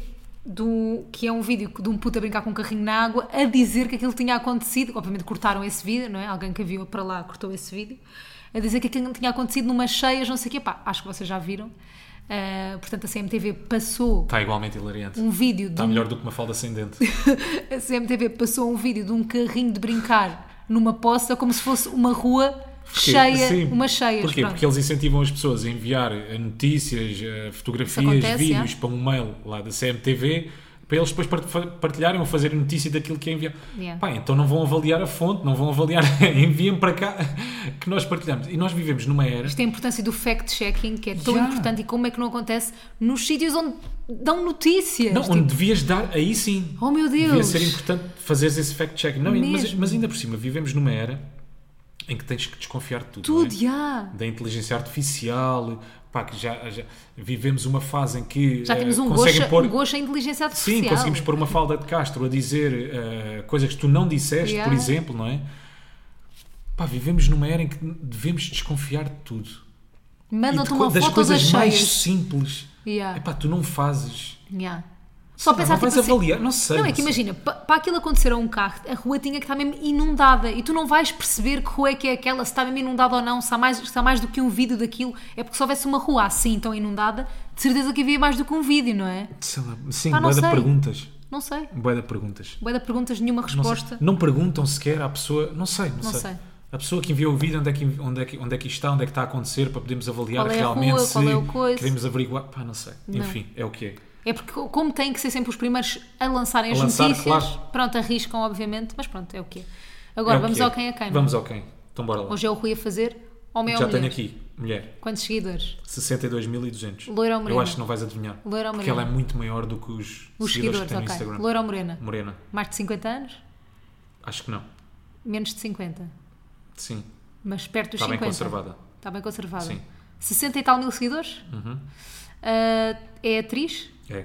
Speaker 1: do, que é um vídeo de um puto a brincar com um carrinho na água, a dizer que aquilo tinha acontecido. Obviamente cortaram esse vídeo, não é? Alguém que enviou para lá cortou esse vídeo. A dizer que aquilo tinha acontecido numas cheias, não sei o quê. Pá, acho que vocês já viram. Ah, portanto, a CMTV passou
Speaker 2: Está igualmente hilariante.
Speaker 1: um vídeo de
Speaker 2: Está
Speaker 1: um
Speaker 2: melhor do que uma falda sem
Speaker 1: (laughs)
Speaker 2: dente.
Speaker 1: a CMTV passou um vídeo de um carrinho de brincar numa poça como se fosse uma rua
Speaker 2: Porquê?
Speaker 1: cheia,
Speaker 2: Sim.
Speaker 1: uma cheia.
Speaker 2: Porquê?
Speaker 1: pronto.
Speaker 2: Porque eles incentivam as pessoas a enviar eh, notícias, eh, fotografias,
Speaker 1: acontece,
Speaker 2: vídeos
Speaker 1: é?
Speaker 2: para um mail lá da CMTV para eles depois part- fa- partilharem ou fazerem notícia daquilo que é enviado.
Speaker 1: Yeah.
Speaker 2: Pá, então não vão avaliar a fonte, não vão avaliar, (laughs) enviem para cá que nós partilhamos. E nós vivemos numa era
Speaker 1: Isto é a importância do fact-checking, que é tão
Speaker 2: Já.
Speaker 1: importante, e como é que não acontece nos sítios onde dão notícias.
Speaker 2: Não,
Speaker 1: Tipo,
Speaker 2: onde devias dar, aí sim.
Speaker 1: Oh, meu
Speaker 2: Devia
Speaker 1: Deus.
Speaker 2: ser importante fazeres esse fact-check. Não, mas,
Speaker 1: Mesmo.
Speaker 2: mas ainda por cima, vivemos numa era em que tens que desconfiar de tudo.
Speaker 1: Tudo,
Speaker 2: não é?
Speaker 1: já.
Speaker 2: Da inteligência artificial, pá, que já, já vivemos uma fase em que.
Speaker 1: Já
Speaker 2: eh,
Speaker 1: temos um
Speaker 2: conseguem
Speaker 1: gosto,
Speaker 2: pôr-
Speaker 1: um gosto em inteligência artificial.
Speaker 2: Sim, conseguimos pôr uma falda de Castro a dizer eh, coisas que tu não disseste,
Speaker 1: Yeah.
Speaker 2: por exemplo, não é? Pá, vivemos numa era em que devemos desconfiar de tudo. E de
Speaker 1: Mandam-te uma
Speaker 2: co- das
Speaker 1: foto das,
Speaker 2: coisas mais
Speaker 1: cheias.
Speaker 2: simples.
Speaker 1: Yeah.
Speaker 2: Epá, tu não fazes.
Speaker 1: Já. Só
Speaker 2: Sei lá,
Speaker 1: pensar
Speaker 2: não vais
Speaker 1: tipo assim,
Speaker 2: avaliar, não sei.
Speaker 1: Não, é que
Speaker 2: sei.
Speaker 1: imagina, pa- para aquilo acontecer a um carro, a rua tinha que estar mesmo inundada e tu não vais perceber que rua é que é aquela, se está mesmo inundada ou não, se há, mais, se há mais do que um vídeo daquilo. É porque se houvesse uma rua assim tão inundada, de certeza que havia mais do que um vídeo, não é?
Speaker 2: Sei lá, sim,
Speaker 1: Pá, não
Speaker 2: boa
Speaker 1: sei.
Speaker 2: da perguntas.
Speaker 1: Não sei.
Speaker 2: Boa da perguntas.
Speaker 1: Boa da perguntas, nenhuma
Speaker 2: Não, sei.
Speaker 1: resposta.
Speaker 2: Não perguntam sequer à pessoa. Não sei, não,
Speaker 1: Não
Speaker 2: sei.
Speaker 1: sei.
Speaker 2: A pessoa que enviou o vídeo, onde é que, onde, é que, onde é que está, onde é que está a acontecer, para podermos avaliar
Speaker 1: Qual é a
Speaker 2: realmente
Speaker 1: rua,
Speaker 2: se
Speaker 1: qual é o coisa.
Speaker 2: queremos averiguar. Pá, não sei. Enfim, é o que é.
Speaker 1: É porque, co- como têm que ser sempre os primeiros a lançarem as
Speaker 2: A lançar,
Speaker 1: notícias,
Speaker 2: claro.
Speaker 1: pronto, arriscam, obviamente, mas pronto, é o que é.
Speaker 2: É
Speaker 1: Agora,
Speaker 2: o
Speaker 1: vamos
Speaker 2: que é.
Speaker 1: ao quem é quem. não é?
Speaker 2: Vamos ao quem. Então bora lá.
Speaker 1: Hoje é o Rui a fazer Homem ou
Speaker 2: Já
Speaker 1: mulher?
Speaker 2: tenho aqui, mulher,
Speaker 1: Quantos seguidores?
Speaker 2: 62.200.
Speaker 1: Loira ou morena?
Speaker 2: Eu acho que não vais adivinhar.
Speaker 1: Loira ou
Speaker 2: porque
Speaker 1: morena?
Speaker 2: ela é muito maior do que os,
Speaker 1: Os
Speaker 2: seguidores,
Speaker 1: seguidores,
Speaker 2: que tem no
Speaker 1: ok.
Speaker 2: Instagram.
Speaker 1: Loira ou morena?
Speaker 2: Morena,
Speaker 1: Mais de 50 anos?
Speaker 2: acho que não.
Speaker 1: Menos de 50.
Speaker 2: Sim,
Speaker 1: Mas perto dos
Speaker 2: está
Speaker 1: 50.
Speaker 2: Tá bem conservada.
Speaker 1: Está bem conservada.
Speaker 2: Sim. Uhum.
Speaker 1: 60 e tal mil seguidores? Ah, é atriz?
Speaker 2: É,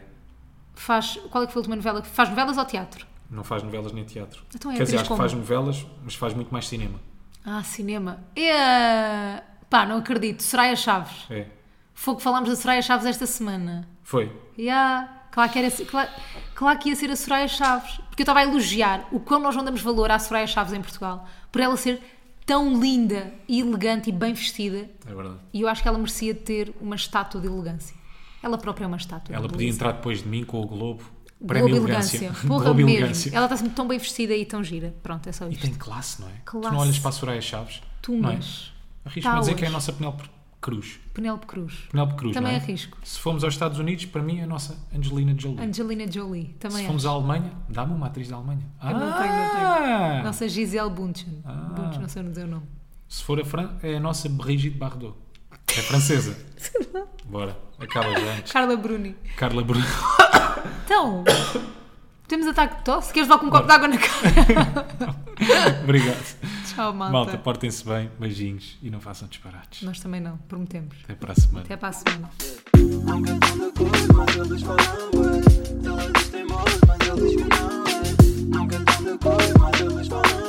Speaker 1: Faz. Qual é que foi a última novela? que- Faz novelas ou teatro?
Speaker 2: não faz novelas nem teatro.
Speaker 1: Então é
Speaker 2: Quer dizer,
Speaker 1: atriz
Speaker 2: acho
Speaker 1: como?
Speaker 2: que faz novelas, mas faz muito mais cinema.
Speaker 1: Ah, cinema. É. a- Pá, não acredito. Soraya Chaves.
Speaker 2: É,
Speaker 1: Foi que falámos da Soraya Chaves esta semana.
Speaker 2: foi.
Speaker 1: Ya, Claro, que era, claro, claro que ia ser a Soraya Chaves. Porque eu estava a elogiar o quão nós não damos valor à Soraya Chaves em Portugal. Por ela ser tão linda, e elegante e bem vestida.
Speaker 2: É verdade.
Speaker 1: E eu acho que ela merecia ter uma estátua de elegância. Ela própria é uma estátua.
Speaker 2: Ela
Speaker 1: de
Speaker 2: podia
Speaker 1: beleza.
Speaker 2: entrar depois de mim com o Globo.
Speaker 1: Globo
Speaker 2: Prémio Elegância. (laughs)
Speaker 1: Porra,
Speaker 2: Globo
Speaker 1: mesmo.
Speaker 2: Elegância.
Speaker 1: Ela está sempre tão bem vestida e tão gira. Pronto, é só
Speaker 2: E
Speaker 1: isto.
Speaker 2: tem classe, não é? Tu
Speaker 1: Classe. Tá
Speaker 2: não olhas para a Soraya Chaves.
Speaker 1: Tu,
Speaker 2: não é?
Speaker 1: mas-
Speaker 2: Arrisco-me a dizer que é a
Speaker 1: Tauas.
Speaker 2: nossa Penélope Cruz.
Speaker 1: Penélope Cruz.
Speaker 2: Penélope Cruz,
Speaker 1: Também
Speaker 2: não é?
Speaker 1: arrisco.
Speaker 2: Se formos aos Estados Unidos, para mim é a nossa Angelina Jolie.
Speaker 1: Angelina Jolie. Também
Speaker 2: Se
Speaker 1: é. acho.
Speaker 2: formos à Alemanha, dá-me uma atriz da Alemanha. Ah!
Speaker 1: não tenho, não Nossa Gisele Bundchen. Bundchen, não sei dizer o nome.
Speaker 2: Se for a Fran, é a nossa Brigitte Bardot. É
Speaker 1: (laughs)
Speaker 2: francesa. Bora, acaba já antes.
Speaker 1: Carla Bruni.
Speaker 2: Carla Bruno.
Speaker 1: Então, (coughs) temos ataque de tosse? Queres levar com um copo de água na cara?
Speaker 2: (laughs) Obrigado.
Speaker 1: Tchau,
Speaker 2: Malta,
Speaker 1: malta.
Speaker 2: portem-se bem, beijinhos e não façam disparates.
Speaker 1: Nós também não, prometemos.
Speaker 2: Até para a semana.
Speaker 1: Até para a semana.
Speaker 3: Não cantando cores, mas eles falam é. Eles têm voz, mas eles que não é. Não cantando cores, mas eles falam